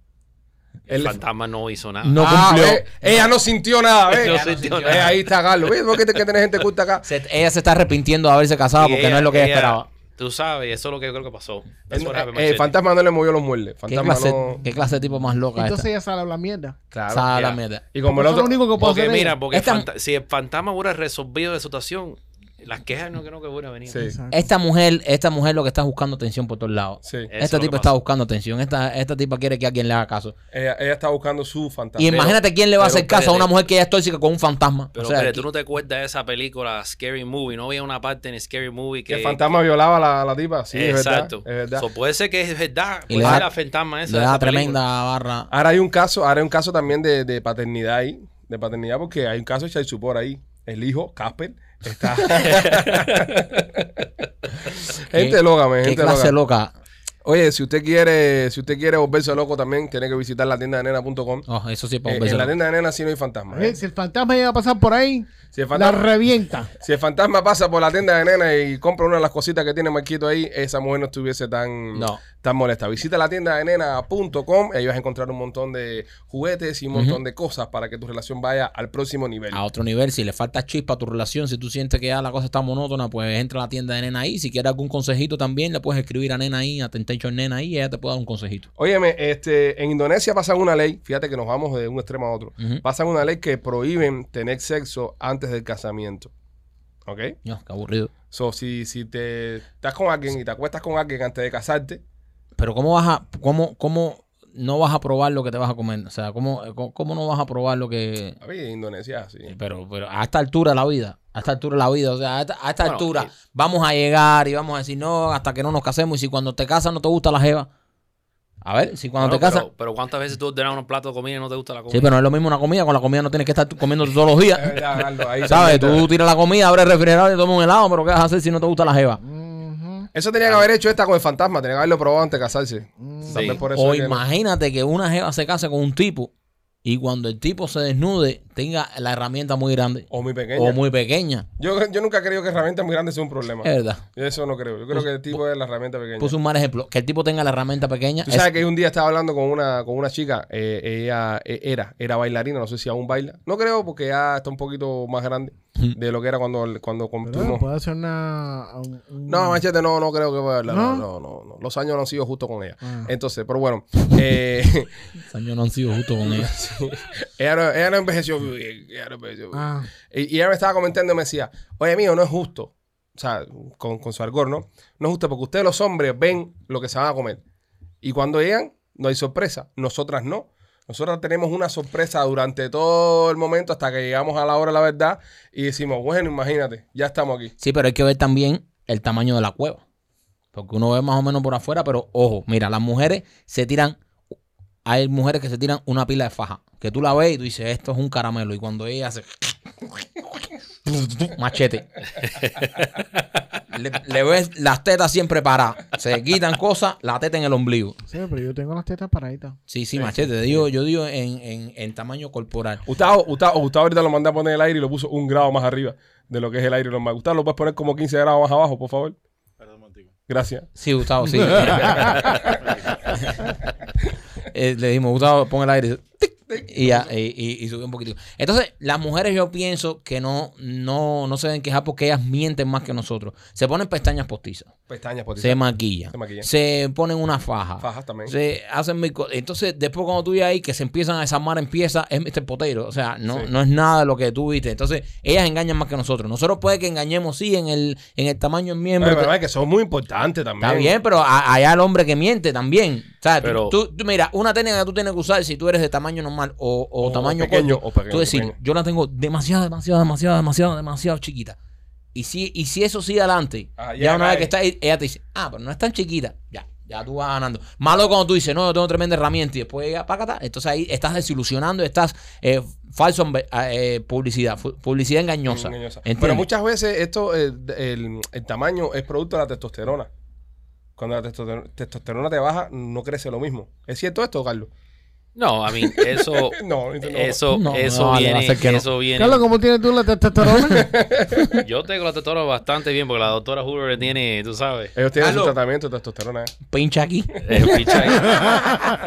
Speaker 7: el,
Speaker 1: Él-
Speaker 7: fantasma no hizo nada.
Speaker 2: No
Speaker 1: Ah,
Speaker 2: cumplió.
Speaker 1: ve, Ella no sintió nada, ¿ves? Ella
Speaker 7: No
Speaker 1: no
Speaker 7: sintió
Speaker 1: sintió
Speaker 7: nada.
Speaker 1: nada. ahí está Carlos. ¿Ves por qué te- que tenés gente culta acá?
Speaker 2: Se- ella se está arrepintiendo de haberse casado
Speaker 7: Y
Speaker 2: porque no
Speaker 7: ella-
Speaker 2: es lo que ella
Speaker 7: ella-
Speaker 2: esperaba.
Speaker 7: Tú sabes, eso es lo que yo creo que pasó. That's
Speaker 1: El,
Speaker 7: what happened,
Speaker 1: Eh, el
Speaker 7: Machete.
Speaker 1: fantasma no le movió los muebles.
Speaker 2: ¿Qué
Speaker 1: Fantasma
Speaker 2: clase,
Speaker 1: no.
Speaker 2: qué clase de tipo más loca
Speaker 3: Entonces
Speaker 2: esta?
Speaker 3: ella sale a hablar mierda.
Speaker 1: Claro.
Speaker 2: Sabe la
Speaker 7: ya.
Speaker 2: mierda.
Speaker 1: Y como el
Speaker 3: Eso es
Speaker 1: otro.
Speaker 3: lo único que puedo
Speaker 7: Porque
Speaker 3: hacer.
Speaker 7: mira, porque el
Speaker 2: Esta-
Speaker 7: fanta- si el fantasma hubiera resolvido la situación, Las quejas no creo que van a venir.
Speaker 1: Sí.
Speaker 3: Exacto.
Speaker 2: Esta mujer, esta mujer lo que está buscando atención por todos lados.
Speaker 1: Sí.
Speaker 7: Eso
Speaker 2: esta
Speaker 7: es lo
Speaker 2: tipa
Speaker 7: que
Speaker 2: está
Speaker 7: pasa.
Speaker 2: buscando atención. Esta, esta tipa quiere que alguien le haga caso.
Speaker 1: Ella, ella está buscando su fantasma.
Speaker 2: Y imagínate quién le va a
Speaker 7: pero
Speaker 2: hacer caso a una
Speaker 7: espérate.
Speaker 2: mujer que ya es tóxica con un fantasma.
Speaker 7: Pero,
Speaker 2: O sea,
Speaker 7: espérate,
Speaker 2: aquí-
Speaker 7: tú no te acuerdas de esa película Scary Movie. No había una parte en Scary Movie
Speaker 1: que
Speaker 7: que.
Speaker 1: el fantasma violaba a la, a la tipa. Sí, es verdad,
Speaker 7: Exacto.
Speaker 1: es verdad.
Speaker 7: So, puede ser que es verdad.
Speaker 2: Y
Speaker 7: Puede
Speaker 2: le da-
Speaker 7: ser la fantasma esa.
Speaker 2: le
Speaker 7: de
Speaker 2: da
Speaker 7: esa película.
Speaker 2: tremenda barra.
Speaker 1: Ahora hay un caso, ahora hay un caso también de, de paternidad ahí, de paternidad porque hay un caso de Child Support ahí. El hijo, Casper,
Speaker 7: (laughs)
Speaker 1: está. (laughs) gente loca, men,
Speaker 2: Qué
Speaker 1: gente
Speaker 2: clase
Speaker 1: loca.
Speaker 2: loca.
Speaker 1: Oye, si usted quiere, si usted quiere volverse loco también, tiene que visitar la tienda de nena.com.
Speaker 2: Oh, eso sí, para un
Speaker 1: Eh, en la
Speaker 2: beso.
Speaker 1: tienda de nena sí no hay fantasma.
Speaker 3: Eh, Si el fantasma llega a pasar por ahí,
Speaker 1: Si el
Speaker 3: la
Speaker 1: fantasma,
Speaker 3: revienta.
Speaker 1: si el fantasma pasa por la tienda de nena y compra una de las cositas que tiene Marquito ahí, esa mujer no estuviese tan,
Speaker 2: No.
Speaker 1: tan molesta. Visita la tienda de nena.com y ahí vas a encontrar un montón de juguetes y un montón de cosas para que tu relación vaya al próximo nivel.
Speaker 2: a otro nivel. Si le falta chispa a tu relación, si tú sientes que ya la cosa está monótona, pues entra a la tienda de Nena ahí. Si quieres algún consejito también, le puedes escribir a Nena ahí, a Tentation Nena ahí, y ella te puede dar un consejito.
Speaker 1: Óyeme, este, en Indonesia pasan una ley, fíjate que nos vamos de un extremo a otro,
Speaker 2: Ujú.
Speaker 1: pasan una ley que prohíben tener sexo antes del casamiento. ¿Ok?
Speaker 2: No, qué aburrido.
Speaker 1: So, si, si te estás con alguien y te acuestas con alguien antes de casarte,
Speaker 2: Pero ¿cómo vas a, cómo, cómo no vas a probar lo que te vas a comer? O sea, ¿cómo, cómo, cómo no vas a probar lo que...
Speaker 1: a ver, en Indonesia, sí.
Speaker 2: Pero, pero a esta altura de la vida, a esta altura de la vida, o sea, a esta, a esta
Speaker 7: Bueno,
Speaker 2: altura
Speaker 7: eh.
Speaker 2: vamos a llegar y vamos a decir, no, hasta que no nos casemos. Y si cuando te casas no te gusta la jeva. A ver, si cuando
Speaker 7: Bueno,
Speaker 2: te casas...
Speaker 7: Pero, pero ¿cuántas veces tú ordenas un plato de comida y no te gusta la comida?
Speaker 2: Sí, pero no es lo mismo una comida, con la comida no tienes que estar tú comiendo todos los
Speaker 1: (laughs)
Speaker 2: días.
Speaker 1: Es verdad, Arnaldo,
Speaker 2: (laughs)
Speaker 1: ahí
Speaker 2: ¿Sabes?
Speaker 1: también
Speaker 2: Tú
Speaker 1: te-
Speaker 2: tiras la comida, abres el refrigerador y tomas un helado, pero ¿qué vas a hacer si no te gusta la jeva?
Speaker 3: Ujú,
Speaker 1: Eso tenía que haber hecho esta con el fantasma, tenía que haberlo probado antes de casarse.
Speaker 3: ujú.
Speaker 1: También por eso
Speaker 2: O
Speaker 1: es que no-
Speaker 2: imagínate que una jeva se case con un tipo y cuando el tipo se desnude tenga la herramienta muy grande
Speaker 1: o muy pequeño.
Speaker 2: o muy pequeña.
Speaker 1: Yo, yo nunca he creído que herramientas muy grandes sea un problema.
Speaker 2: Es verdad.
Speaker 1: Yo Eso no creo. Yo creo
Speaker 2: Pus-
Speaker 1: que el tipo es la herramienta pequeña.
Speaker 2: Puse un mal ejemplo. Que el tipo tenga la herramienta pequeña.
Speaker 1: Tú
Speaker 2: pues, es-
Speaker 1: sabes que un día estaba hablando con una, con una chica, eh, ella eh, era, era bailarina, no sé si aún baila. No creo porque ya está un poquito más grande
Speaker 2: Ujú.
Speaker 1: de lo que era cuando, cuando
Speaker 3: Pero
Speaker 1: construimos.
Speaker 3: puede hacer una. un- un-
Speaker 1: Pues, No, machete, no, no creo que bailar. No,
Speaker 3: ¿No?
Speaker 1: no, no, no. Los años no han sido justo con ella.
Speaker 3: Ah.
Speaker 1: Entonces, pero bueno, eh, (laughs)
Speaker 2: Los años no han sido justo con ella.
Speaker 1: ella, no, ella no envejeció. bien, Ella no envejeció. bien.
Speaker 3: Ah,
Speaker 1: Y, y ella me estaba comentando y me decía, oye, mío, no es justo. O sea, con, con su argor, ¿no? No es justo porque ustedes los hombres ven lo que se van a comer. Y cuando llegan, no hay sorpresa. Nosotras no. Nosotras tenemos una sorpresa durante todo el momento hasta que llegamos a la hora de la verdad y decimos, bueno, imagínate, ya estamos aquí.
Speaker 2: Sí, pero hay que ver también el tamaño de la cueva. Porque uno ve más o menos por afuera, pero ojo, mira, las mujeres se tiran. Hay mujeres que se tiran una pila de faja. Que tú la ves y tú dices, esto es un caramelo. Y cuando ella hace. (laughs) Machete. Le, le ves las tetas siempre paradas. Se quitan cosas, la teta en el ombligo.
Speaker 3: sí, pero yo tengo las tetas paraditas.
Speaker 2: Sí, sí, machete. Te digo, yo digo en, en- en tamaño corporal.
Speaker 1: Gustavo, Gustavo, Gustavo ahorita lo mandé a poner el aire y lo puso un grado más arriba de lo que es el aire normal. Gustavo, ¿lo puedes poner como 15 grados más abajo, por favor?
Speaker 6: Espera un momentico.
Speaker 1: Gracias.
Speaker 2: Sí,
Speaker 1: (laughs)
Speaker 2: Gustavo, sí. Eh, le dimos, Gustavo, pon el aire. tic, Y, ya, y, y- y subió un poquitico. Entonces, las mujeres yo pienso que no, no, no se deben quejar porque ellas mienten más que nosotros. Se ponen pestañas postizas,
Speaker 1: Pestañas, por
Speaker 2: se maquillan,
Speaker 1: Se maquillan.
Speaker 2: se ponen una faja,
Speaker 1: Fajas también.
Speaker 2: se hacen mil cosas. Entonces, después cuando tú ya ahí que se empiezan a desarmar, empieza, es Mr. Potero. O sea, no,
Speaker 1: Sí.
Speaker 2: no es nada de lo que tú viste. Entonces, ellas engañan más que nosotros. Nosotros puede que engañemos, sí, en el, en el tamaño del
Speaker 1: Oye,
Speaker 2: miembro.
Speaker 1: pero es que son muy importantes también.
Speaker 2: Está bien, pero a- allá el hombre que miente también. ¿Sabes?
Speaker 7: Pero-
Speaker 2: tú, tú- mira, una técnica que tú tienes que usar si tú eres de tamaño normal o, o
Speaker 1: O
Speaker 2: tamaño
Speaker 1: pequeño,
Speaker 2: corto,
Speaker 1: o pequeño,
Speaker 2: tú decir,
Speaker 1: pequeño.
Speaker 2: yo la tengo demasiado, demasiado, demasiado, demasiado, demasiado chiquita. Y si, y si eso sigue adelante,
Speaker 1: Ah, ya
Speaker 2: ya una
Speaker 1: cae.
Speaker 2: vez que está ahí, ella te dice, ah, pero no es tan chiquita. Ya, ya tú vas ganando. Malo cuando tú dices, no, yo tengo tremenda herramienta y después ella, pácata. Entonces ahí estás desilusionando, estás eh, falso enve- ah, eh, publicidad, fu- publicidad engañosa.
Speaker 1: Engañosa. Pero
Speaker 2: ¿Entiendes?
Speaker 1: muchas veces esto, eh, el, el tamaño es producto de la testosterona. Cuando la testosterona, testosterona te baja, no crece lo mismo. ¿Es cierto esto, Carlos?
Speaker 7: No, a mí, eso.
Speaker 1: No, no.
Speaker 7: Eso,
Speaker 2: No,
Speaker 7: eso
Speaker 2: no, vale, va a
Speaker 7: viene,
Speaker 2: ser que no.
Speaker 7: eso viene.
Speaker 3: Carlos, ¿cómo tienes tú
Speaker 2: (laughs)
Speaker 3: la testosterona?
Speaker 7: Yo tengo la doctora bastante bien porque la doctora Hoover tiene,
Speaker 2: (laughs)
Speaker 7: tú sabes,
Speaker 1: Ellos tienen
Speaker 2: Carlos.
Speaker 1: su tratamiento de testosterona. eh.
Speaker 2: Pincha aquí, (laughs)
Speaker 7: el picha ahí.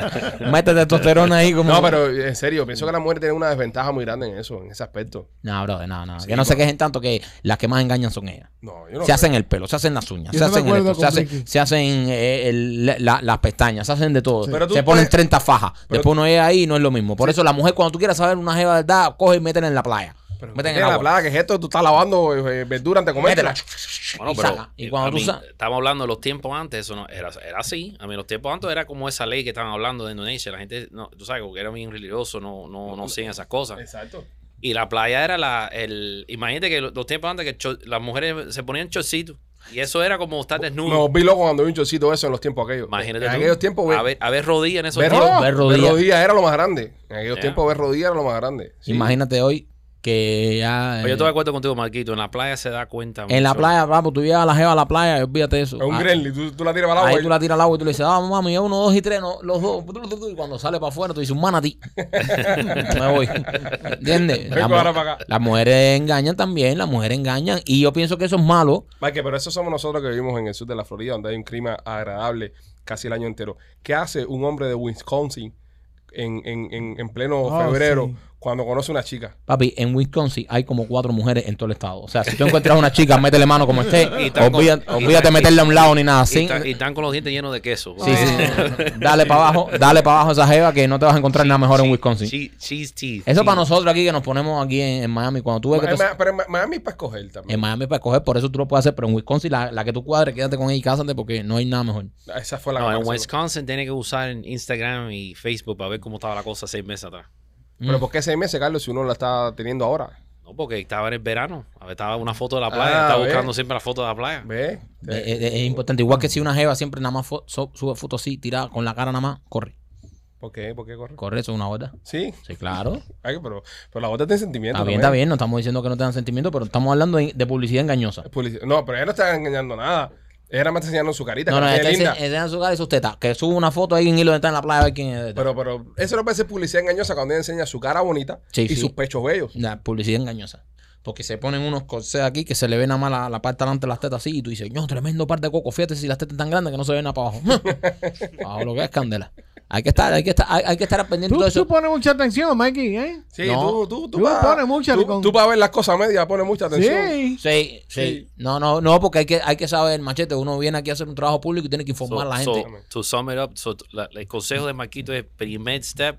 Speaker 2: métete testosterona ahí como...
Speaker 1: No, pero en serio, pienso que las mujeres tienen una desventaja muy grande en eso, en ese aspecto.
Speaker 2: No, brother, no, no.
Speaker 1: Sí,
Speaker 2: que no se
Speaker 1: bueno.
Speaker 2: quejen tanto que las que más engañan son ellas.
Speaker 1: No, yo no.
Speaker 2: se hacen el pelo, se hacen las uñas,
Speaker 3: Yo
Speaker 2: se
Speaker 3: estoy de
Speaker 2: hacen, el
Speaker 3: acuerdo
Speaker 2: esto, se
Speaker 3: con
Speaker 2: hacen,
Speaker 3: Ricky.
Speaker 2: se hacen, eh, el- la- las pestañas, se hacen de todo.
Speaker 1: Pero tú
Speaker 2: se ponen
Speaker 1: puedes-
Speaker 2: 30 fajas.
Speaker 1: pero
Speaker 2: Después uno llega ahí y no es lo mismo. Por eso la mujer cuando tú quieras saber una jeva de verdad, coge y métela en la playa.
Speaker 1: Pero
Speaker 2: Meten
Speaker 1: meten
Speaker 2: el
Speaker 1: la
Speaker 2: agua.
Speaker 1: plaga, que es esto, tú estás lavando eh, verdura antes de comértela.
Speaker 7: Bueno,
Speaker 2: y
Speaker 7: pero, eh,
Speaker 2: saca. Y cuando
Speaker 7: a
Speaker 2: tú
Speaker 7: mí,
Speaker 2: sa-
Speaker 7: estamos hablando de los tiempos antes, eso no era, era así. A mí los tiempos antes era como esa ley que estaban hablando de Indonesia. La gente, no, tú sabes, como que era bien religioso, no, no, no siguen esas cosas.
Speaker 1: Exacto.
Speaker 7: Y la playa era la, el, imagínate que los, los tiempos antes que cho- las mujeres se ponían chorcitos y eso era como estar desnudo.
Speaker 1: Me volví loco cuando vi un chorcito eso en los tiempos aquellos.
Speaker 7: Imagínate
Speaker 1: En
Speaker 7: tú,
Speaker 1: aquellos tiempos,
Speaker 7: a
Speaker 1: ver,
Speaker 7: ver, a ver rodillas en esos
Speaker 1: ver,
Speaker 7: tiempos.
Speaker 1: rodillas
Speaker 2: ver rodillas.
Speaker 1: era lo más grande. En aquellos
Speaker 7: Ya.
Speaker 1: tiempos, ver rodillas era lo más grande. Sí.
Speaker 2: Imagínate hoy que ya.
Speaker 7: Oye, Yo
Speaker 2: eh,
Speaker 7: estoy de acuerdo contigo, Marquito. En la playa se da cuenta.
Speaker 2: en la
Speaker 7: mucho.
Speaker 2: playa, papo, tú llevas a la jeva a la playa y olvídate de eso.
Speaker 1: Es un
Speaker 2: Ah,
Speaker 1: gremlin, tú, tú la tiras para el agua.
Speaker 2: Ahí
Speaker 1: y-
Speaker 2: tú la tiras al agua y tú le dices, vamos, mami, uno, dos y tres, no, los dos. Y cuando sale para afuera, tú dices, un manatí. (laughs) Me voy. ¿Entiendes?
Speaker 1: Vengo
Speaker 2: mu-
Speaker 1: ahora para acá.
Speaker 2: las mujeres engañan también, las mujeres engañan. Y yo pienso que eso es malo.
Speaker 1: Mike, pero eso somos nosotros que vivimos en el sur de la Florida, donde hay un clima agradable casi el año entero. ¿Qué hace un hombre de Wisconsin en, en, en, en pleno
Speaker 3: Oh,
Speaker 1: febrero
Speaker 3: sí.
Speaker 1: cuando conoce una chica?
Speaker 2: Papi, en Wisconsin hay como cuatro mujeres en todo el estado. O sea, si tú encuentras una chica, métele mano como esté.
Speaker 7: (laughs) Y tan con-
Speaker 2: Olvídate,
Speaker 7: y tan-
Speaker 2: olvídate meterle a un lado ni nada
Speaker 7: Y
Speaker 2: así.
Speaker 7: están- Y están con los dientes llenos de queso. Eh,
Speaker 2: Sí,
Speaker 7: (laughs)
Speaker 2: sí. Dale para abajo, dale para abajo a esa jeva que no te vas a encontrar nada mejor en Wisconsin.
Speaker 7: Che- cheese teeth.
Speaker 2: Eso
Speaker 7: Sí.
Speaker 2: para nosotros aquí que nos ponemos aquí en, en Miami. Cuando tú ves que
Speaker 1: Ma-
Speaker 2: tú-
Speaker 1: ma- Pero en Ma- Miami es para escoger también.
Speaker 2: en Miami para coger, por eso tú lo puedes hacer, pero en Wisconsin la, la que tú cuadres, quédate con ella y cásate porque no hay nada mejor.
Speaker 1: Esa fue la
Speaker 7: No, en
Speaker 1: comparación.
Speaker 7: Wisconsin tiene que usar en Instagram y Facebook para ver cómo estaba la cosa seis meses atrás.
Speaker 1: Pero
Speaker 2: Mm.
Speaker 1: ¿por qué seis meses, Carlos, si uno la está teniendo ahora?
Speaker 7: No, porque estaba en el verano. A ver, estaba una foto de la
Speaker 1: Ah,
Speaker 7: playa. estaba
Speaker 1: ve.
Speaker 7: buscando siempre la foto de la playa.
Speaker 1: ¿Ves?
Speaker 2: Eh, eh, eh, es importante. Igual que si una jeva siempre nada más fo- so- sube fotos así, tirada con la cara nada más, corre.
Speaker 1: ¿Por qué? ¿Por qué corre?
Speaker 2: Corre, eso es una horda.
Speaker 1: Sí,
Speaker 2: Sí, claro.
Speaker 1: Ay, pero, pero la otra tiene sentimiento.
Speaker 2: Está bien, está bien. No estamos diciendo que no tengan sentimiento, pero estamos hablando de, de publicidad engañosa.
Speaker 1: No, pero ella no está engañando nada. Ella nada más está enseñando su carita.
Speaker 2: No,
Speaker 1: que
Speaker 2: no,
Speaker 1: la tiene
Speaker 2: este
Speaker 1: linda.
Speaker 2: es en su cara y sus tetas. Que sube una foto ahí en hilo de estar en la playa a ver quién es.
Speaker 1: Pero, pero eso no puede ser publicidad engañosa cuando ella enseña su cara bonita
Speaker 2: Sí,
Speaker 1: y
Speaker 2: sí.
Speaker 1: sus pechos bellos.
Speaker 2: La publicidad engañosa. Porque se ponen unos corsés aquí que se le ve nada más la, la parte delante de las tetas así y tú dices, no, tremendo par de coco, fíjate si las tetas tan grandes que no se ven nada para
Speaker 7: (laughs)
Speaker 2: abajo. Abajo lo que es candela. Hay que estar, hay que estar, hay, hay que estar pendiente
Speaker 3: Tú,
Speaker 2: de todo eso.
Speaker 3: tú pones mucha atención, Mikey, ¿eh?
Speaker 1: Sí,
Speaker 2: No.
Speaker 1: tú, tú, tú,
Speaker 3: Tú
Speaker 1: pa-
Speaker 3: pones mucha
Speaker 1: tú,
Speaker 3: con-
Speaker 1: tú para ver las cosas medias pones mucha atención.
Speaker 3: Sí.
Speaker 2: Sí, sí,
Speaker 1: Sí.
Speaker 2: No, no, no, porque hay que, hay que saber, machete, uno viene aquí a hacer un trabajo público y tiene que
Speaker 7: So,
Speaker 2: informar a la
Speaker 7: so,
Speaker 2: gente
Speaker 7: to sum it up, so, la- el consejo de Marquito es primer step,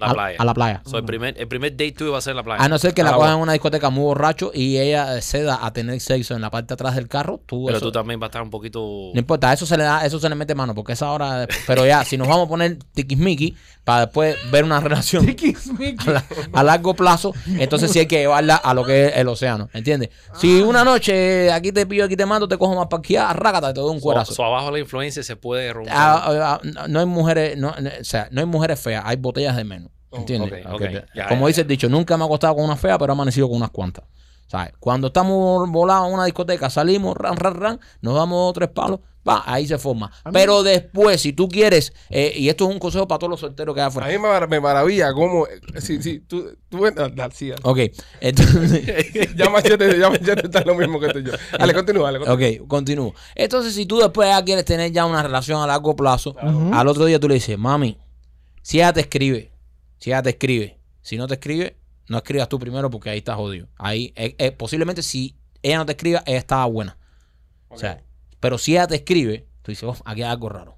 Speaker 7: la
Speaker 2: a,
Speaker 7: playa.
Speaker 2: a la playa.
Speaker 7: So, el, primer, el primer date tuyo va a ser la playa.
Speaker 2: A no ser que
Speaker 1: A
Speaker 2: la
Speaker 1: la
Speaker 2: cojan
Speaker 1: boca.
Speaker 2: en una discoteca muy borracho y ella ceda a tener sexo en la parte de atrás del carro, tú,
Speaker 7: pero
Speaker 2: eso-
Speaker 7: tú también vas a estar un poquito...
Speaker 2: No importa, eso se le da, eso se le mete mano, porque esa hora, de- pero ya, si nos vamos a poner tiquismiqui para después ver una relación a, la- a largo plazo, entonces sí hay que llevarla a lo que es el océano, ¿entiendes? Si una noche aquí te pillo, aquí te mando, te cojo más parqueada, rácata, te doy un
Speaker 7: so-
Speaker 2: cuerazo.
Speaker 7: so abajo la influencia se puede romper.
Speaker 2: Ah, ah, ah, no hay mujeres, no, no, o sea, no hay mujeres feas, hay botellas de menos. ¿Entiendes?
Speaker 7: Oh, ok, ok,
Speaker 2: Ok, te-
Speaker 7: ya,
Speaker 2: Como
Speaker 7: ya,
Speaker 2: dice el dicho, nunca me he acostado con una fea, pero he amanecido con unas cuantas. ¿Sabes? Cuando estamos volados en una discoteca, salimos, ran, ran, ran, nos damos dos, tres palos, va, ahí se forma.
Speaker 3: A mí-
Speaker 2: Pero después, si tú quieres, eh, y esto es un consejo para todos los solteros que hay
Speaker 1: A
Speaker 2: afuera.
Speaker 1: mí me, mar- me maravilla cómo. eh, Sí, sí, tú. tú ah, ah, sí, ah.
Speaker 2: Ok, entonces. (laughs)
Speaker 1: ya (laughs) machete, ya machete está lo mismo que tú y yo. Dale, continúa, dale, continúa.
Speaker 2: Ok, continúo. Entonces, si tú después ya quieres tener ya una relación a largo plazo, al otro día tú le dices, mami, si ella te escribe, si ella te escribe, si no te escribe, no escribas tú primero porque ahí estás jodido. Ahí, eh, eh, posiblemente si ella no te escriba, ella estaba buena. O sea, pero si ella te escribe, tú dices, "Oh, aquí hay algo raro.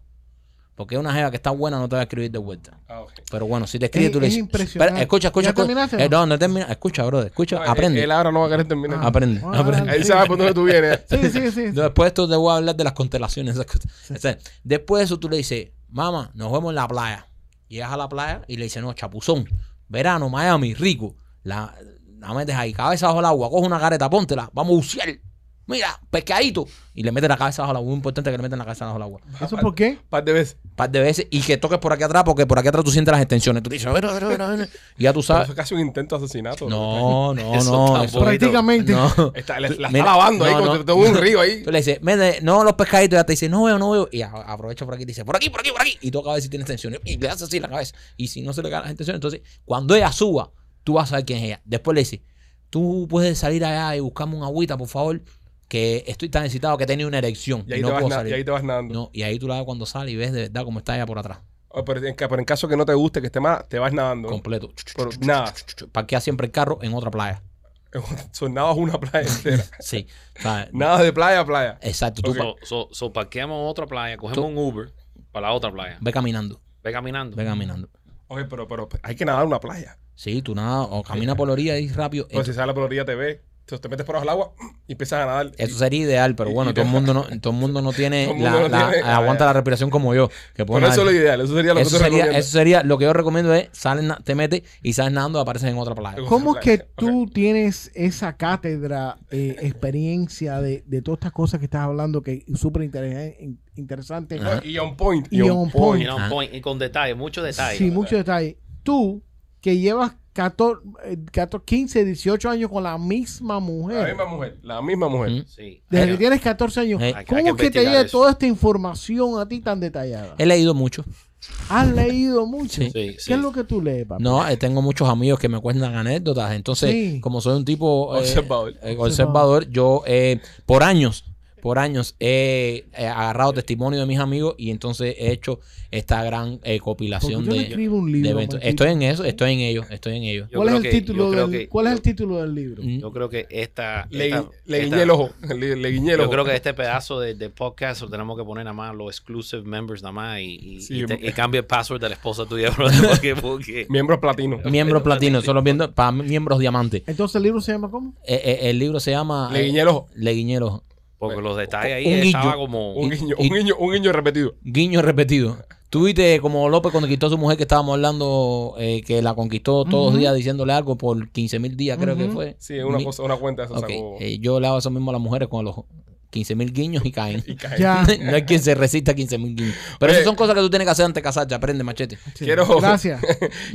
Speaker 2: Porque una jeva que está buena no te va a escribir de vuelta.
Speaker 1: Ah, ok.
Speaker 2: Pero bueno, si te escribe,
Speaker 3: Es-
Speaker 2: tú le
Speaker 3: es
Speaker 2: dices.
Speaker 3: impresionante.
Speaker 2: "Espera, escucha, escucha.
Speaker 3: ¿Ya
Speaker 2: escucha".
Speaker 3: terminaste?
Speaker 2: Eh, no, no termina. Escucha, bro, escucha.
Speaker 1: No,
Speaker 2: aprende.
Speaker 1: Ah, Él, él ahora no va a querer terminar.
Speaker 3: Ah.
Speaker 2: aprende.
Speaker 3: Ah,
Speaker 2: aprende.
Speaker 1: Él sabe por dónde tú
Speaker 2: (laughs)
Speaker 1: vienes.
Speaker 3: Sí, sí, sí.
Speaker 2: No, Después de esto te voy a hablar de las constelaciones. esas cosas. O sea, después de eso tú le dices, mamá, nos vemos en la playa. Llegas a la playa y le dices, no, chapuzón, verano, Miami, rico. La, la metes ahí, cabeza bajo el agua, coge una careta, póntela, vamos a bucear. Mira, pescadito. Y le metes la cabeza bajo el agua. Muy importante que le metan la cabeza bajo el agua.
Speaker 3: ¿Eso por qué?
Speaker 1: Un par de veces.
Speaker 2: Un par de veces y que toques por aquí atrás porque por aquí atrás tú sientes las extensiones. Tú dices, a ver, a ver, a ver, a ver. Y ya tú
Speaker 1: Pero
Speaker 2: sabes.
Speaker 1: Eso es casi un intento de asesinato.
Speaker 2: No, no,
Speaker 7: Eso
Speaker 2: no.
Speaker 7: está
Speaker 2: eso-
Speaker 3: Prácticamente.
Speaker 2: no.
Speaker 1: Está, le- la
Speaker 2: Mira,
Speaker 1: está lavando ahí,
Speaker 2: no,
Speaker 1: como
Speaker 2: no.
Speaker 1: si tuviera un río ahí.
Speaker 2: (laughs) Tú le dices, "Mene, no los pescaditos, ya te dice, no veo, no veo. Y a- aprovecha por aquí, y te dice, por aquí, por aquí, por aquí. Y tú acabas de decir, tienes tensiones. Y le haces así la cabeza. Y si no se le caen las tensiones, entonces cuando ella suba, tú vas a saber quién es ella. Después le dices, tú puedes salir allá y buscarme una agüita, por favor, que estoy tan excitado que he tenido una erección.
Speaker 1: Y
Speaker 2: Y,
Speaker 1: ahí,
Speaker 2: no
Speaker 1: te vas
Speaker 2: puedo
Speaker 1: na- y ahí
Speaker 2: salir.
Speaker 1: te vas nadando.
Speaker 2: No, y ahí tú la ves cuando sale y ves de verdad cómo está ella por atrás.
Speaker 1: Oh, pero, en, ca- pero en caso que no te guste, que esté mal, te vas nadando.
Speaker 2: Completo.
Speaker 1: Pero nada.
Speaker 2: Parquea siempre el carro en otra playa.
Speaker 1: (laughs) Sonabas una playa
Speaker 2: (laughs)
Speaker 1: entera.
Speaker 2: Sí. O sea,
Speaker 1: (laughs) Nada de playa a playa.
Speaker 2: Exacto. Tú
Speaker 7: (laughs) So, so- so parqueamos en otra playa, cogemos un Uber para la otra playa.
Speaker 2: ve caminando.
Speaker 7: Ve caminando.
Speaker 2: Ve caminando.
Speaker 1: Ok, pero, pero hay que nadar en una playa.
Speaker 2: Sí, tú nada, o camina por la orilla y rápido.
Speaker 1: Pero si sale por la orilla te ve, entonces te metes por abajo del agua y empiezas a nadar.
Speaker 2: Eso sería ideal, pero bueno, todo el mundo no, todo el mundo no tiene,
Speaker 1: (laughs) Todo el mundo
Speaker 2: la-
Speaker 1: no
Speaker 2: la-
Speaker 1: tiene-
Speaker 2: aguanta la respiración como yo. Que puedo
Speaker 1: Bueno, eso es
Speaker 2: nadar.
Speaker 1: lo ideal, eso sería lo
Speaker 2: eso
Speaker 1: que te
Speaker 2: sería,
Speaker 1: recomiendo.
Speaker 2: eso sería lo que yo recomiendo es sales, na- te metes y sales nadando y apareces en otra playa.
Speaker 3: ¿Cómo es que
Speaker 1: Ok.
Speaker 3: tú tienes esa cátedra, eh, experiencia de, de todas estas cosas que estás hablando que es súper interes- in- interesante?
Speaker 2: Ajá.
Speaker 1: Y on point.
Speaker 3: Y on point.
Speaker 7: Y, no,
Speaker 2: Ajá.
Speaker 7: point- y con detalle, mucho detalle.
Speaker 3: Sin mucho detalle. Tú, que llevas 14, eh, 14, 15, 18 años con la misma
Speaker 1: La
Speaker 3: mujer.
Speaker 1: misma mujer, la misma mujer.
Speaker 2: Mm.
Speaker 7: Sí.
Speaker 3: Desde
Speaker 7: Hay-
Speaker 3: que tienes 14 años.
Speaker 2: Hey.
Speaker 7: hay que- hay
Speaker 3: ¿Cómo
Speaker 7: que
Speaker 3: es que te
Speaker 7: investigar
Speaker 3: llega
Speaker 7: eso.
Speaker 3: toda esta información a ti tan detallada?
Speaker 2: He leído mucho.
Speaker 3: ¿Has leído mucho?
Speaker 2: Sí.
Speaker 7: Sí,
Speaker 3: ¿Qué
Speaker 7: sí.
Speaker 3: es lo que tú lees, papi?
Speaker 2: No, eh, tengo muchos amigos que me cuentan anécdotas. Entonces,
Speaker 3: Sí.
Speaker 2: como soy un tipo eh,
Speaker 1: Observador.
Speaker 2: eh, observador, yo eh, por años, por años he eh, agarrado testimonio de mis amigos y entonces he hecho esta gran eh,
Speaker 3: Porque yo
Speaker 2: compilación
Speaker 3: no
Speaker 2: de,
Speaker 3: escribo un
Speaker 2: de
Speaker 3: libro.
Speaker 2: eventos.
Speaker 3: maldito.
Speaker 2: Estoy en eso, estoy en ello, estoy en ello.
Speaker 7: Yo
Speaker 3: ¿Cuál, es
Speaker 7: creo
Speaker 3: el,
Speaker 7: que-
Speaker 3: título
Speaker 7: yo creo
Speaker 3: del,
Speaker 7: que-
Speaker 3: ¿cuál es
Speaker 7: yo-
Speaker 3: el título del libro?
Speaker 2: Mm.
Speaker 7: Yo creo que esta.
Speaker 1: Le,
Speaker 7: esta-
Speaker 1: le
Speaker 7: esta-
Speaker 1: guiñé el ojo. Le, le guiñé el
Speaker 7: Yo
Speaker 1: ojo.
Speaker 7: creo que este pedazo de, de podcast lo tenemos que poner nada más los exclusive members nada más y, y,
Speaker 1: Sí,
Speaker 7: y te-
Speaker 1: porque-
Speaker 7: y cambia el password de la esposa tuya. (laughs) bro, porque-
Speaker 1: (laughs)
Speaker 7: porque-
Speaker 1: Miembro platino.
Speaker 2: Miembros platino, solo viendo para miembros diamantes.
Speaker 3: Entonces el libro se llama ¿cómo?
Speaker 2: el libro se llama eh,
Speaker 1: Le guiñé el ojo.
Speaker 2: Le guiñé el ojo.
Speaker 7: Porque los detalles ahí
Speaker 2: Un guillo.
Speaker 7: estaba como.
Speaker 1: Un guiño,
Speaker 2: y-
Speaker 1: un guiño, un guiño repetido.
Speaker 2: Guiño repetido. Tú viste como López cuando quitó a su mujer que estábamos hablando, eh, que la conquistó todos los
Speaker 3: Ujú.
Speaker 2: días diciéndole algo por 15 mil días, creo que
Speaker 3: Ujú.
Speaker 2: fue.
Speaker 1: Sí, una
Speaker 2: Mi-
Speaker 1: cosa, una cuenta de esas
Speaker 2: Ok,
Speaker 1: sacó-
Speaker 2: eh, yo le hago eso mismo a las mujeres con los 15 mil guiños
Speaker 1: (laughs)
Speaker 2: y caen. (laughs)
Speaker 1: y cae.
Speaker 7: (laughs)
Speaker 3: Ya.
Speaker 2: no hay quien se resista a 15 mil guiños. Pero
Speaker 1: Oye.
Speaker 2: esas son cosas que tú tienes que hacer antes de casarte. Aprende, machete.
Speaker 3: Sí.
Speaker 1: Quiero-
Speaker 7: (laughs)
Speaker 3: Gracias.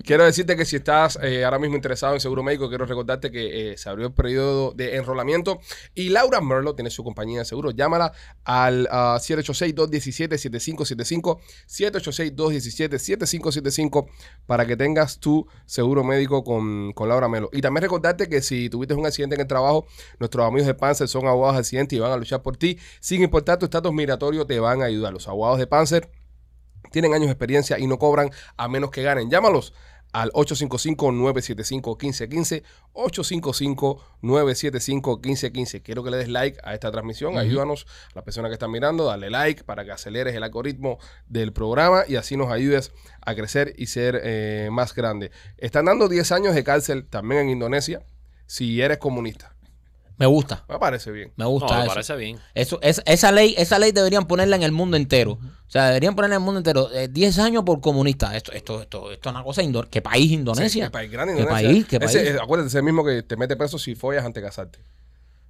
Speaker 1: Quiero decirte que si estás eh, ahora mismo interesado en seguro médico, quiero recordarte que eh, se abrió el periodo de enrolamiento y Laura Merlo tiene su compañía de seguro. Llámala al ah, 786-217-7575, 786-217-7575 para que tengas tu seguro médico con, con Laura Merlo. Y también recordarte que si tuviste un accidente en el trabajo, nuestros amigos de Panzer son abogados de accidente y van a luchar por ti. Sin importar tu estatus migratorio, te van a ayudar. Los abogados de Panzer tienen años de experiencia y no cobran a menos que ganen. Llámalos al 855-975-1515, 855-975-1515. Quiero que le des like a esta transmisión, ayúdanos a las personas que están mirando, dale like para que aceleres el algoritmo del programa y así nos ayudes a crecer y ser eh, más grande. Están dando 10 años de cárcel también en Indonesia si eres comunista.
Speaker 2: Me gusta.
Speaker 1: Me parece bien.
Speaker 2: Me
Speaker 7: No,
Speaker 2: gusta
Speaker 7: me
Speaker 2: eso.
Speaker 7: parece bien.
Speaker 2: Eso, es- esa ley, esa ley deberían ponerla en el mundo entero. O sea, deberían ponerla en el mundo entero. Eh, 10 años por comunista. Esto, esto, esto, esto es una cosa indoor. ¿Qué país
Speaker 1: Sí,
Speaker 2: Indonesia?
Speaker 1: qué país grande
Speaker 2: ¿Qué
Speaker 1: Indonesia.
Speaker 2: país? ¿Qué
Speaker 1: Ese-
Speaker 2: país?
Speaker 1: eh, acuérdate, es el mismo que te mete preso si follas antes de casarte.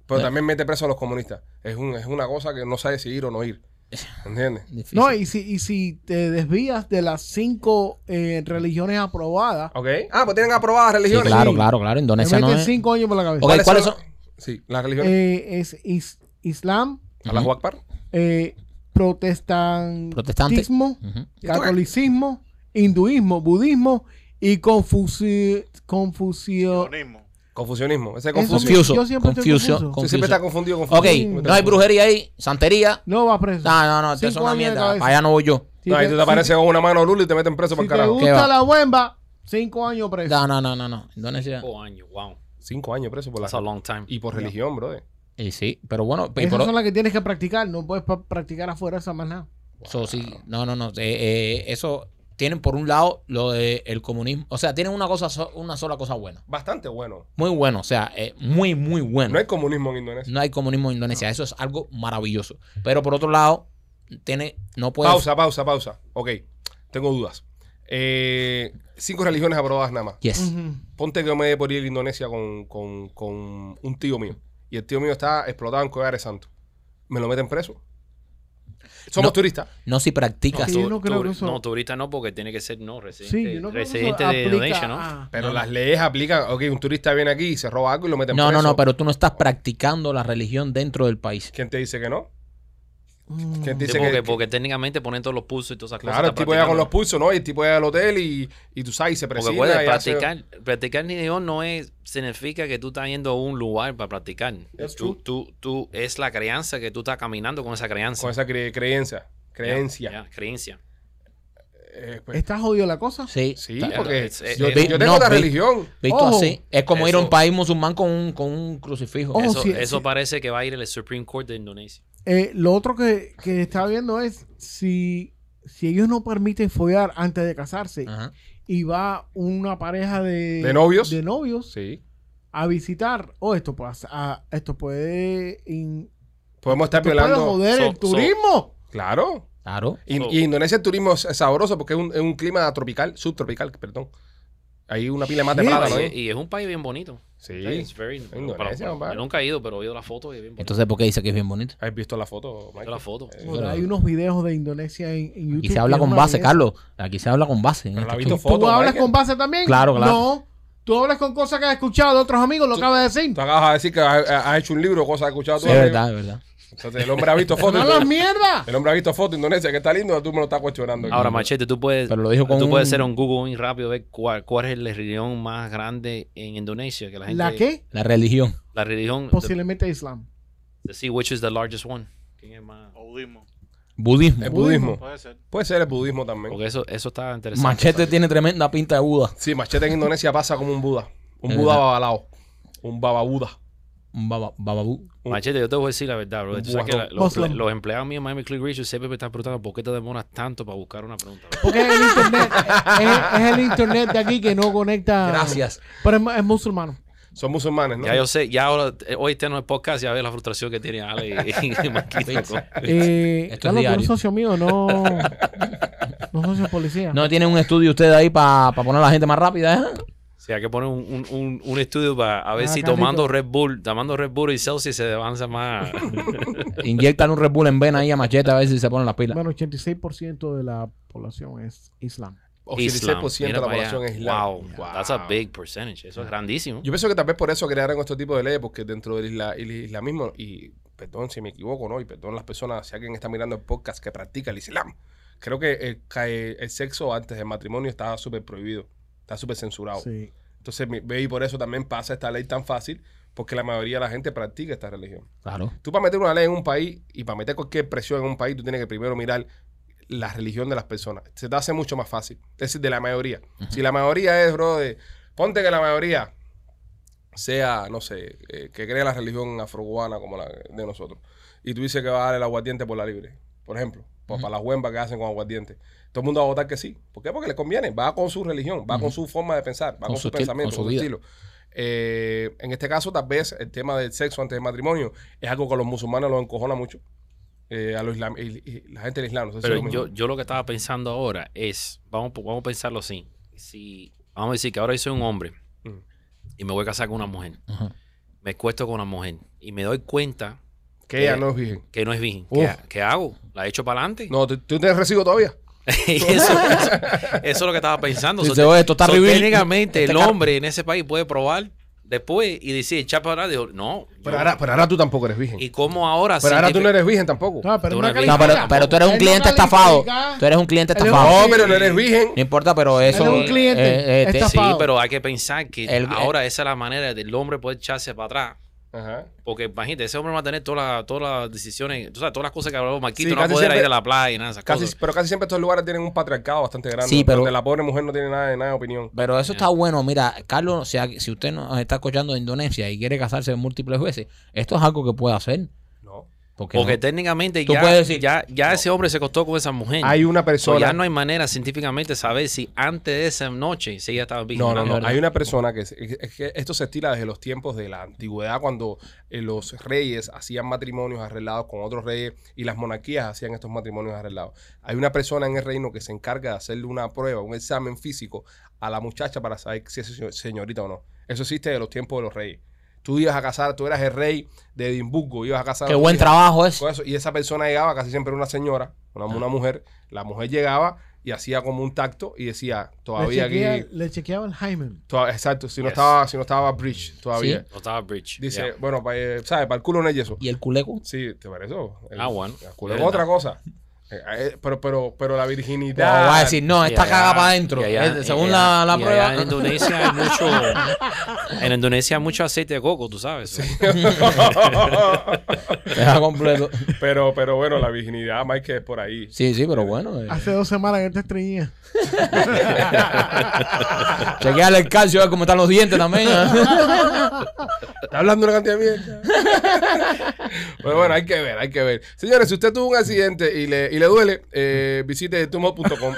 Speaker 1: Pero
Speaker 2: Eh.
Speaker 1: también mete preso a los comunistas. Es, un, es una cosa que no sabes si ir o no ir. ¿Entiendes?
Speaker 2: Difícil.
Speaker 3: No, y si, y si te desvías de las cinco eh, religiones aprobadas,
Speaker 1: ¿Ok? Ah, pues tienen aprobadas
Speaker 2: Sí,
Speaker 1: religiones.
Speaker 2: claro,
Speaker 3: Sí.
Speaker 2: claro, claro.
Speaker 3: te
Speaker 2: Indonesia
Speaker 3: meten
Speaker 2: no es.
Speaker 3: cinco años por la cabeza.
Speaker 2: Ok, ¿cuáles
Speaker 1: Sí, las religiones.
Speaker 3: Eh, es is- Islam,
Speaker 1: Allahu Akbar.
Speaker 3: eh, protestantismo,
Speaker 2: Protestante. Ujú.
Speaker 3: catolicismo, hinduismo, budismo y confucio, confucio,
Speaker 6: Sionismo.
Speaker 1: Confucionismo. Ese es
Speaker 3: Eso
Speaker 1: confucio.
Speaker 3: me-
Speaker 2: Confucio.
Speaker 3: yo siempre estoy
Speaker 2: Confucio.
Speaker 3: confuso.
Speaker 1: Sí,
Speaker 2: Confucio.
Speaker 1: siempre está confundido. confucio.
Speaker 2: Ok,
Speaker 1: Siempre
Speaker 2: no hay
Speaker 1: está confundido.
Speaker 2: brujería ahí. Santería.
Speaker 3: no va preso.
Speaker 2: No, no, no. Esto es
Speaker 3: Cinco
Speaker 2: una
Speaker 3: años de
Speaker 2: mierda.
Speaker 3: cabeza.
Speaker 2: Para allá no voy yo.
Speaker 3: Si
Speaker 1: No, ahí
Speaker 3: te-
Speaker 1: tú te aparece con una mano Lula y te meten preso
Speaker 3: si,
Speaker 1: por
Speaker 3: si te
Speaker 1: carajo.
Speaker 2: ¿Qué va?
Speaker 3: gusta la buemba, cinco años preso.
Speaker 2: No, no, no, no. no. Indonesia.
Speaker 3: Oh.
Speaker 7: Cinco años, Oh, wow.
Speaker 1: Cinco años preso por la
Speaker 7: That's a long time.
Speaker 1: Y por religión, brother.
Speaker 2: Y sí, pero bueno. y
Speaker 3: Esas
Speaker 2: por-
Speaker 3: son las que tienes que practicar, no puedes pa- practicar afuera esa más nada.
Speaker 2: so, sí, no, no, no. eh, eh, eso tienen por un lado lo del comunismo. O sea, tienen una, cosa, so- una sola cosa buena.
Speaker 1: Bastante bueno.
Speaker 2: Muy bueno. O sea, eh, muy, muy bueno.
Speaker 1: No hay comunismo en Indonesia.
Speaker 2: No hay comunismo en Indonesia. Eso es algo maravilloso. Pero por otro lado, tiene, no puede.
Speaker 1: Pausa, pausa, pausa. Ok, tengo dudas. Eh, cinco religiones aprobadas nada más.
Speaker 2: Yes.
Speaker 3: Ujú.
Speaker 1: Ponte que yo me dé por ir a Indonesia con, con- con un tío mío. Y el tío mío está explotado en Collares Santo. ¿Me lo meten preso? Somos
Speaker 2: No.
Speaker 1: turistas.
Speaker 2: No si
Speaker 7: No,
Speaker 2: practicas.
Speaker 3: Sí, yo no creo que eso-
Speaker 7: no, turista no, porque tiene que ser no residente,
Speaker 3: Sí, yo no creo que eso
Speaker 7: residente de
Speaker 3: aplica
Speaker 7: Indonesia, ¿no?
Speaker 3: a-
Speaker 1: Pero
Speaker 2: No,
Speaker 1: las leyes aplican. Ok, un turista viene aquí y se roba algo y lo meten
Speaker 2: No,
Speaker 1: preso.
Speaker 2: no, no, pero tú no estás practicando la religión dentro del país.
Speaker 1: ¿Quién te dice que no?
Speaker 2: Pues
Speaker 3: Mm.
Speaker 1: ¿Quién te
Speaker 7: Sí,
Speaker 1: dice
Speaker 7: porque,
Speaker 1: que,
Speaker 7: porque técnicamente ponen todos los pulsos y todas esas cosas.
Speaker 1: Claro, el
Speaker 7: está
Speaker 1: tipo llega con los
Speaker 7: practicando.
Speaker 1: pulsos, ¿no? Y el tipo llega al hotel y, y tú sabes, y se
Speaker 7: Porque
Speaker 1: presina.
Speaker 7: puedes
Speaker 1: y hace-
Speaker 7: practicar, practicar ni Dios no es, significa que tú estás yendo a un lugar para practicar.
Speaker 1: That's
Speaker 7: Tú, tú, tú, es la crianza que tú estás caminando con esa crianza.
Speaker 1: Con esa cre- creencia. Creencia.
Speaker 7: Ya, ya, creencia.
Speaker 1: Eh, pues,
Speaker 3: ¿Está jodido la cosa?
Speaker 2: Sí.
Speaker 1: sí,
Speaker 2: está-
Speaker 1: porque
Speaker 7: es- es-
Speaker 1: yo,
Speaker 7: es-
Speaker 1: te- yo tengo
Speaker 2: Este no,
Speaker 1: la
Speaker 2: vi-
Speaker 1: religión.
Speaker 2: Visto
Speaker 3: Ojo.
Speaker 2: así, es como ir a un
Speaker 7: Eso.
Speaker 2: país musulmán con un, con un crucifijo.
Speaker 3: Ojo. Oh,
Speaker 7: eso
Speaker 3: sí,
Speaker 7: eso
Speaker 3: sí.
Speaker 7: parece que va a ir el Supreme Court de Indonesia.
Speaker 3: Eh, lo otro que, que está viendo es si, si ellos no permiten follar antes de casarse
Speaker 2: Ajá.
Speaker 3: y va una pareja de,
Speaker 1: ¿De novios?
Speaker 3: de novios
Speaker 1: Sí.
Speaker 3: a visitar. Oh, esto puede, hacer- ah, esto puede, in-
Speaker 1: Podemos estar
Speaker 3: esto puede
Speaker 1: violando.
Speaker 3: joder
Speaker 7: So-
Speaker 3: el
Speaker 7: so-
Speaker 3: turismo.
Speaker 1: Claro.
Speaker 2: Claro.
Speaker 1: Y,
Speaker 7: Oh.
Speaker 1: y Indonesia el turismo es es sabroso porque es un, es un clima tropical, subtropical, perdón. Hay una pila más de
Speaker 3: Sí,
Speaker 1: plata, ¿no?
Speaker 7: Y, y es un país bien bonito.
Speaker 1: ¿eh? Sí.
Speaker 7: It's very-
Speaker 1: Indonesia,
Speaker 7: para- para-
Speaker 1: compadre.
Speaker 7: yo nunca he ido, pero he oído la foto y es bien bonito.
Speaker 2: Entonces, ¿por qué dice que es bien bonito?
Speaker 1: ¿Has visto la foto, Michael?
Speaker 7: la foto.
Speaker 1: Eh,
Speaker 3: Bueno, hay unos videos de Indonesia en, en YouTube.
Speaker 2: Aquí se habla
Speaker 3: que es
Speaker 2: con
Speaker 3: una
Speaker 2: base,
Speaker 3: belleza.
Speaker 2: Carlos. Aquí se habla con base. en
Speaker 1: Pero la
Speaker 2: este
Speaker 1: visto
Speaker 2: show.
Speaker 1: foto,
Speaker 3: ¿Tú hablas
Speaker 1: Michael.
Speaker 3: con base también?
Speaker 2: Claro, claro.
Speaker 3: No. Tú hablas con cosas que has escuchado de otros amigos, lo acabas de decir.
Speaker 1: Tú acabas de decir que has, has hecho un libro, cosas que has escuchado tú.
Speaker 2: Sí, es verdad, es verdad.
Speaker 1: Entonces, el hombre ha
Speaker 2: (laughs)
Speaker 1: visto
Speaker 3: ¡No
Speaker 1: fotos.
Speaker 3: hablas mierda!
Speaker 1: el hombre ha visto fotos Indonesia, que está lindo, tú me lo estás cuestionando. aquí.
Speaker 7: Ahora, Machete, tú puedes,
Speaker 2: Pero lo dijo con
Speaker 7: tú
Speaker 2: un-
Speaker 7: puedes hacer un Google muy rápido ver cuál, cuál es la religión más grande en Indonesia. Que la, gente,
Speaker 3: ¿La qué?
Speaker 2: La religión.
Speaker 7: La religión.
Speaker 3: Posiblemente Islam.
Speaker 7: the- see which is the largest one. ¿Quién es más?
Speaker 6: O budismo.
Speaker 2: Budismo.
Speaker 1: El budismo.
Speaker 6: Puede ser.
Speaker 1: Puede ser el budismo también.
Speaker 7: Porque eso, eso está interesante.
Speaker 2: Machete
Speaker 7: ¿sabes?
Speaker 2: tiene tremenda pinta de Buda.
Speaker 1: Sí, machete en Indonesia pasa como un Buda. Un
Speaker 2: Es
Speaker 1: Buda
Speaker 2: verdad.
Speaker 1: babalao. Un bababuda.
Speaker 2: Un baba- bababú.
Speaker 7: Machete, yo te voy a decir la verdad, bro. Tú sabes que la- los,
Speaker 3: Muslim.
Speaker 7: los empleados míos en Miami Click Research siempre me están preguntando por qué te demoras tanto para buscar una pregunta. bro?
Speaker 3: Porque es el
Speaker 2: (laughs)
Speaker 3: internet, es, es el internet de aquí que no conecta.
Speaker 7: Ah.
Speaker 2: Gracias.
Speaker 7: (laughs)
Speaker 3: Pero es, mu- es musulmano.
Speaker 1: Son musulmanes, ¿no?
Speaker 7: Ya yo sé, ya ahora, eh, hoy tengo el podcast, ya ves la frustración que tiene Ale y, y Marquito con-
Speaker 3: Eh,
Speaker 2: Esto es
Speaker 3: Carlos, tú
Speaker 2: diario.
Speaker 3: eres socio mío, no. No socio policía.
Speaker 2: ¿No tienen un estudio ustedes ahí para poner a la gente más rápida? eh?
Speaker 7: Sí, hay que poner un, un- un- un estudio para a ver
Speaker 3: Ah,
Speaker 7: si
Speaker 3: Carlito.
Speaker 7: tomando Red Bull, tomando Red Bull y Celsius se avanza más.
Speaker 2: Inyectan un Red Bull en vena ahí a Machete a ver si se ponen las pilas.
Speaker 3: Bueno, 86% de la población es islam.
Speaker 1: O
Speaker 7: Islam.
Speaker 1: 16% de
Speaker 7: Mira
Speaker 1: la
Speaker 7: para allá.
Speaker 1: población es islámica.
Speaker 7: Wow, that's a big percentage. Eso es grandísimo.
Speaker 1: Yo pienso que tal vez por eso crearon este tipo de leyes, porque dentro del isla- el islamismo, y perdón si me equivoco, ¿no? Y perdón las personas, si alguien está mirando el podcast que practica el islam, creo que eh, cae- el sexo antes del matrimonio está súper prohibido, está súper censurado.
Speaker 3: Sí.
Speaker 1: Entonces, mi- ve y por eso también pasa esta ley tan fácil, porque la mayoría de la gente practica esta religión.
Speaker 2: Claro.
Speaker 1: Tú para meter una ley en un país y para meter cualquier presión en un país, tú tienes que primero mirar la religión de las personas. Se te hace mucho más fácil. Es decir, de la mayoría. Si la mayoría es, bro, de, ponte que la mayoría sea, no sé, eh, que crea la religión afrocubana como la de nosotros. Y tú dices que va a dar el aguardiente por la libre, por ejemplo. pa- Para las huembas que hacen con aguardiente. Todo el mundo va a votar que sí. ¿Por qué? Porque le conviene. Va con su religión, va con su forma de pensar, va con,
Speaker 2: Con
Speaker 1: su,
Speaker 2: su estil-
Speaker 1: pensamiento,
Speaker 2: con su
Speaker 1: con su
Speaker 2: vida.
Speaker 1: estilo. Eh, en este caso, tal vez el tema del sexo antes del matrimonio es algo que a los musulmanes los encojona mucho. Eh, a los islam- y- y la gente del Islam. No sé si es
Speaker 7: Pero
Speaker 1: lo mismo.
Speaker 7: yo, yo lo que estaba pensando ahora es, vamos, po- vamos a pensarlo así. Si, vamos a decir que ahora yo soy un hombre
Speaker 1: Mm.
Speaker 7: y me voy a casar con una mujer.
Speaker 2: Ajá.
Speaker 7: Me cuesto con una mujer y me doy cuenta
Speaker 1: que
Speaker 7: eh,
Speaker 1: ella no es virgen.
Speaker 7: que no es virgen.
Speaker 1: Uf.
Speaker 7: ¿Qué, ha- qué hago? ¿La echo para adelante? (laughs)
Speaker 1: No, ¿tú, tú te recibo todavía.
Speaker 7: eso, eso- eso es lo que estaba pensando.
Speaker 2: Dice,
Speaker 7: So,
Speaker 2: "Oye, esto está
Speaker 7: so,
Speaker 2: reveal".
Speaker 7: técnicamente
Speaker 2: Este
Speaker 7: el
Speaker 2: car-
Speaker 7: hombre en ese país puede probar después y decir, echar para adelante. Yo, No. yo-
Speaker 1: Pero ahora, pero ahora tú tampoco eres virgen.
Speaker 7: ¿Y cómo ahora?
Speaker 1: Pero
Speaker 7: sí
Speaker 1: ahora
Speaker 7: que-
Speaker 1: tú no eres virgen tampoco.
Speaker 3: No, pero,
Speaker 7: Tú
Speaker 3: una
Speaker 7: eres virgen.
Speaker 2: No, pero,
Speaker 3: califica.
Speaker 2: pero tú eres un
Speaker 3: Él no
Speaker 2: cliente
Speaker 3: califica.
Speaker 2: estafado. Tú eres un cliente
Speaker 3: Él es un
Speaker 2: estafado.
Speaker 1: No, pero no eres virgen.
Speaker 2: No importa, pero eso.
Speaker 3: Él es un cliente
Speaker 2: eh, eh, te-
Speaker 3: estafado.
Speaker 7: Sí,
Speaker 3: tapado.
Speaker 7: pero hay que pensar que
Speaker 1: eh,
Speaker 2: El-
Speaker 7: ahora esa es la manera del hombre poder echarse para atrás.
Speaker 1: Ajá.
Speaker 7: Porque imagínate, ese hombre va a tener todas las todas las decisiones, tú sabes, todas las cosas que habló Marquito,
Speaker 1: Sí,
Speaker 7: no va a
Speaker 1: casi
Speaker 7: poder
Speaker 1: siempre-
Speaker 7: ir a la playa y nada de esas
Speaker 1: Casi,
Speaker 7: cosas.
Speaker 1: pero casi siempre estos lugares tienen un patriarcado bastante grande.
Speaker 2: Sí, pero-
Speaker 1: Donde la pobre mujer no tiene nada de nada de opinión.
Speaker 2: Pero eso está bueno. Mira, Carlos, si, si usted nos está escuchando de Indonesia y quiere casarse múltiples veces, esto es algo que puede hacer.
Speaker 1: No.
Speaker 2: Porque,
Speaker 7: Porque
Speaker 2: no.
Speaker 7: técnicamente
Speaker 2: Tú
Speaker 7: ya,
Speaker 2: puedes decir,
Speaker 7: ya, ya ese hombre se costó con esa mujer.
Speaker 1: Hay una
Speaker 7: So,
Speaker 1: persona.
Speaker 7: ya no hay manera científicamente de saber si antes de esa noche si ella estaba virgen.
Speaker 1: No,
Speaker 7: o
Speaker 1: no,
Speaker 2: Es
Speaker 1: no.
Speaker 2: verdad.
Speaker 1: Hay una persona que, se- es que esto se estila desde los tiempos de la antigüedad, cuando eh, los reyes hacían matrimonios arreglados con otros reyes y las monarquías hacían estos matrimonios arreglados. Hay una persona en el reino que se encarga de hacerle una prueba, un examen físico a la muchacha para saber si es se- señorita o no. Eso existe desde los tiempos de los reyes. Tú ibas a casar, tú eras el rey de Edimburgo, ibas a casar.
Speaker 2: Qué
Speaker 1: a tu
Speaker 2: buen
Speaker 1: hija.
Speaker 2: trabajo Ah. es.
Speaker 1: Con eso, Y esa persona llegaba, casi siempre una señora, una, una mujer. La mujer llegaba y hacía como un tacto y decía,
Speaker 3: Le,
Speaker 1: todavía
Speaker 3: chequea-
Speaker 1: aquí.
Speaker 3: le chequeaba el Hymen.
Speaker 1: Toda- exacto, si no
Speaker 7: Yes.
Speaker 1: estaba, si no estaba Bridge todavía.
Speaker 2: Sí.
Speaker 7: No estaba bridge.
Speaker 1: Dice,
Speaker 7: Yeah.
Speaker 1: bueno, pa- eh, ¿sabes? Para el culo no es yeso.
Speaker 2: Y el culeco.
Speaker 1: Sí, te parece. El-
Speaker 7: Ah, bueno.
Speaker 1: El culo es
Speaker 7: Es
Speaker 1: otra cosa. Eh, eh, pero, pero, pero la
Speaker 2: O
Speaker 1: virginidad.
Speaker 2: va a
Speaker 1: (laughs)
Speaker 2: decir, no, esta
Speaker 7: Y
Speaker 2: caga
Speaker 7: allá-
Speaker 2: para adentro.
Speaker 7: y allá-
Speaker 2: Eh, Según
Speaker 7: y
Speaker 2: la,
Speaker 7: allá-
Speaker 2: la
Speaker 7: y
Speaker 2: prueba. (laughs)
Speaker 7: allá En Indonesia hay mucho. En Indonesia hay mucho aceite de coco, tú sabes.
Speaker 2: Deja completo.
Speaker 1: pero, pero bueno, la virginidad, Mike, que es por ahí.
Speaker 2: Sí, sí, pero bueno. Eh.
Speaker 3: Hace dos semanas que él te estreñía.
Speaker 2: Chequeale el calcio, a ver cómo están los dientes
Speaker 1: (laughs)
Speaker 2: también. ¿eh?
Speaker 1: Está hablando una cantidad de (laughs) Pues mierda. Pero bueno, hay que ver, hay que ver. Señores, si usted tuvo un accidente y le, y le le duele, eh, visite tumor.com.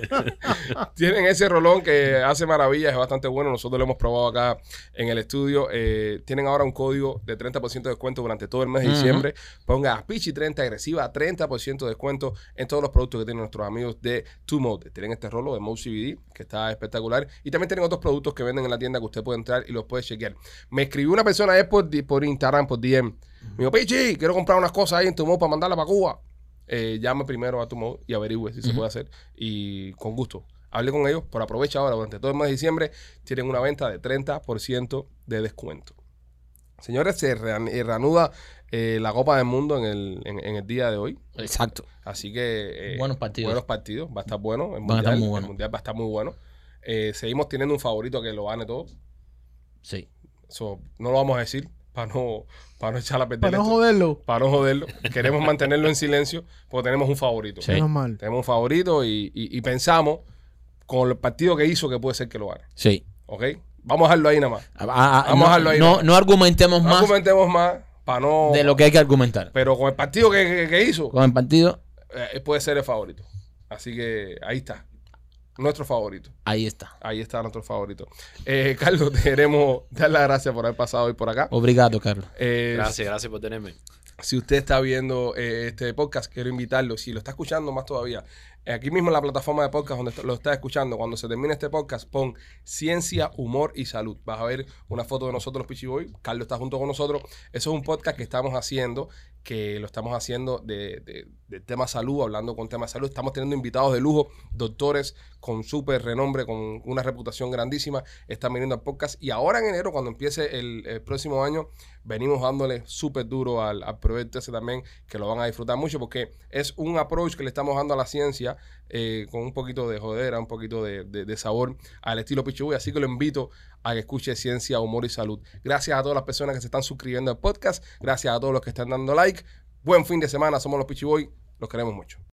Speaker 1: (laughs) tienen ese rolón que hace maravillas, es bastante bueno. Nosotros lo hemos probado acá en el estudio. Eh, tienen ahora un código de 30% de descuento durante todo el mes de
Speaker 2: Ujú.
Speaker 1: diciembre. Ponga Pichi 30 agresiva, 30% de descuento en todos los productos que tienen nuestros amigos de Tumor. Tienen este rolo de Mode CBD que está espectacular. Y también tienen otros productos que venden en la tienda que usted puede entrar y los puede chequear. Me escribió una persona ayer por, di- por Instagram, por DM. Me dijo, Pichi, quiero comprar unas cosas ahí en Tumor para mandarlas para Cuba. Eh, llame primero a Tumor y averigüe si se puede hacer. Y con gusto. Hable con ellos, pero aprovecha ahora, durante todo el mes de diciembre, tienen una venta de 30% de descuento. Señores, se rean- eh, reanuda eh, la Copa del Mundo en el, en- en el día de hoy.
Speaker 2: Exacto.
Speaker 1: Así que. eh,
Speaker 2: Buenos partidos.
Speaker 1: Buenos partidos. Va a estar bueno. El
Speaker 2: Van a
Speaker 1: mundial,
Speaker 2: estar muy buenos.
Speaker 1: el mundial va a estar muy bueno. Eh, seguimos teniendo un favorito que lo gane todo.
Speaker 2: Sí.
Speaker 1: Eso no lo vamos a decir para no, para no echar la perder.
Speaker 3: Para no
Speaker 1: esto,
Speaker 3: joderlo.
Speaker 1: para no joderlo.
Speaker 3: (laughs)
Speaker 1: Queremos mantenerlo en silencio porque tenemos un favorito.
Speaker 2: Sí.
Speaker 3: Menos mal.
Speaker 1: Tenemos un favorito y, y- y pensamos con el partido que hizo que puede ser que lo gane.
Speaker 2: Sí.
Speaker 1: ¿Ok? Vamos a dejarlo ahí nada más.
Speaker 2: Ah, ah, ah,
Speaker 1: Vamos a
Speaker 2: no-
Speaker 1: dejarlo ahí.
Speaker 2: No, no argumentemos
Speaker 1: No
Speaker 2: más
Speaker 1: comentemos más para no.
Speaker 2: de lo que hay que argumentar.
Speaker 1: Pero con el partido que, que- que hizo,
Speaker 2: Con el partido,
Speaker 1: eh, puede ser el favorito. Así que ahí está. Nuestro favorito.
Speaker 2: ahí está.
Speaker 1: Ahí está nuestro favorito. Eh, Carlos, (laughs) te queremos dar las gracias por haber pasado hoy por acá.
Speaker 2: Obrigado, Carlos.
Speaker 1: Eh,
Speaker 7: Gracias, gracias por tenerme.
Speaker 1: Si usted está viendo eh, este podcast, quiero invitarlo. Si lo está escuchando más todavía, eh, aquí mismo en la plataforma de podcast donde lo está escuchando, cuando se termine este podcast, pon ciencia, humor y salud. Vas a ver una foto de nosotros, los Pichiboy. Carlos está junto con nosotros. Eso es un podcast que estamos haciendo, que lo estamos haciendo de, de- de tema salud, hablando con tema salud. Estamos teniendo invitados de lujo, doctores con súper renombre, con una reputación grandísima. Están viniendo al podcast. Y ahora en enero, cuando empiece el- el próximo año, venimos dándole súper duro al, al proyecto ese también, que lo van a disfrutar mucho porque es un approach que le estamos dando a la ciencia eh, con un poquito de jodera, un poquito de, de- de sabor al estilo Pichuy. Así que lo invito a que escuche Ciencia, Humor y Salud. Gracias a todas las personas que se están suscribiendo al podcast, gracias a todos los que están dando like. Buen fin de semana, somos los Pichuy, los queremos mucho.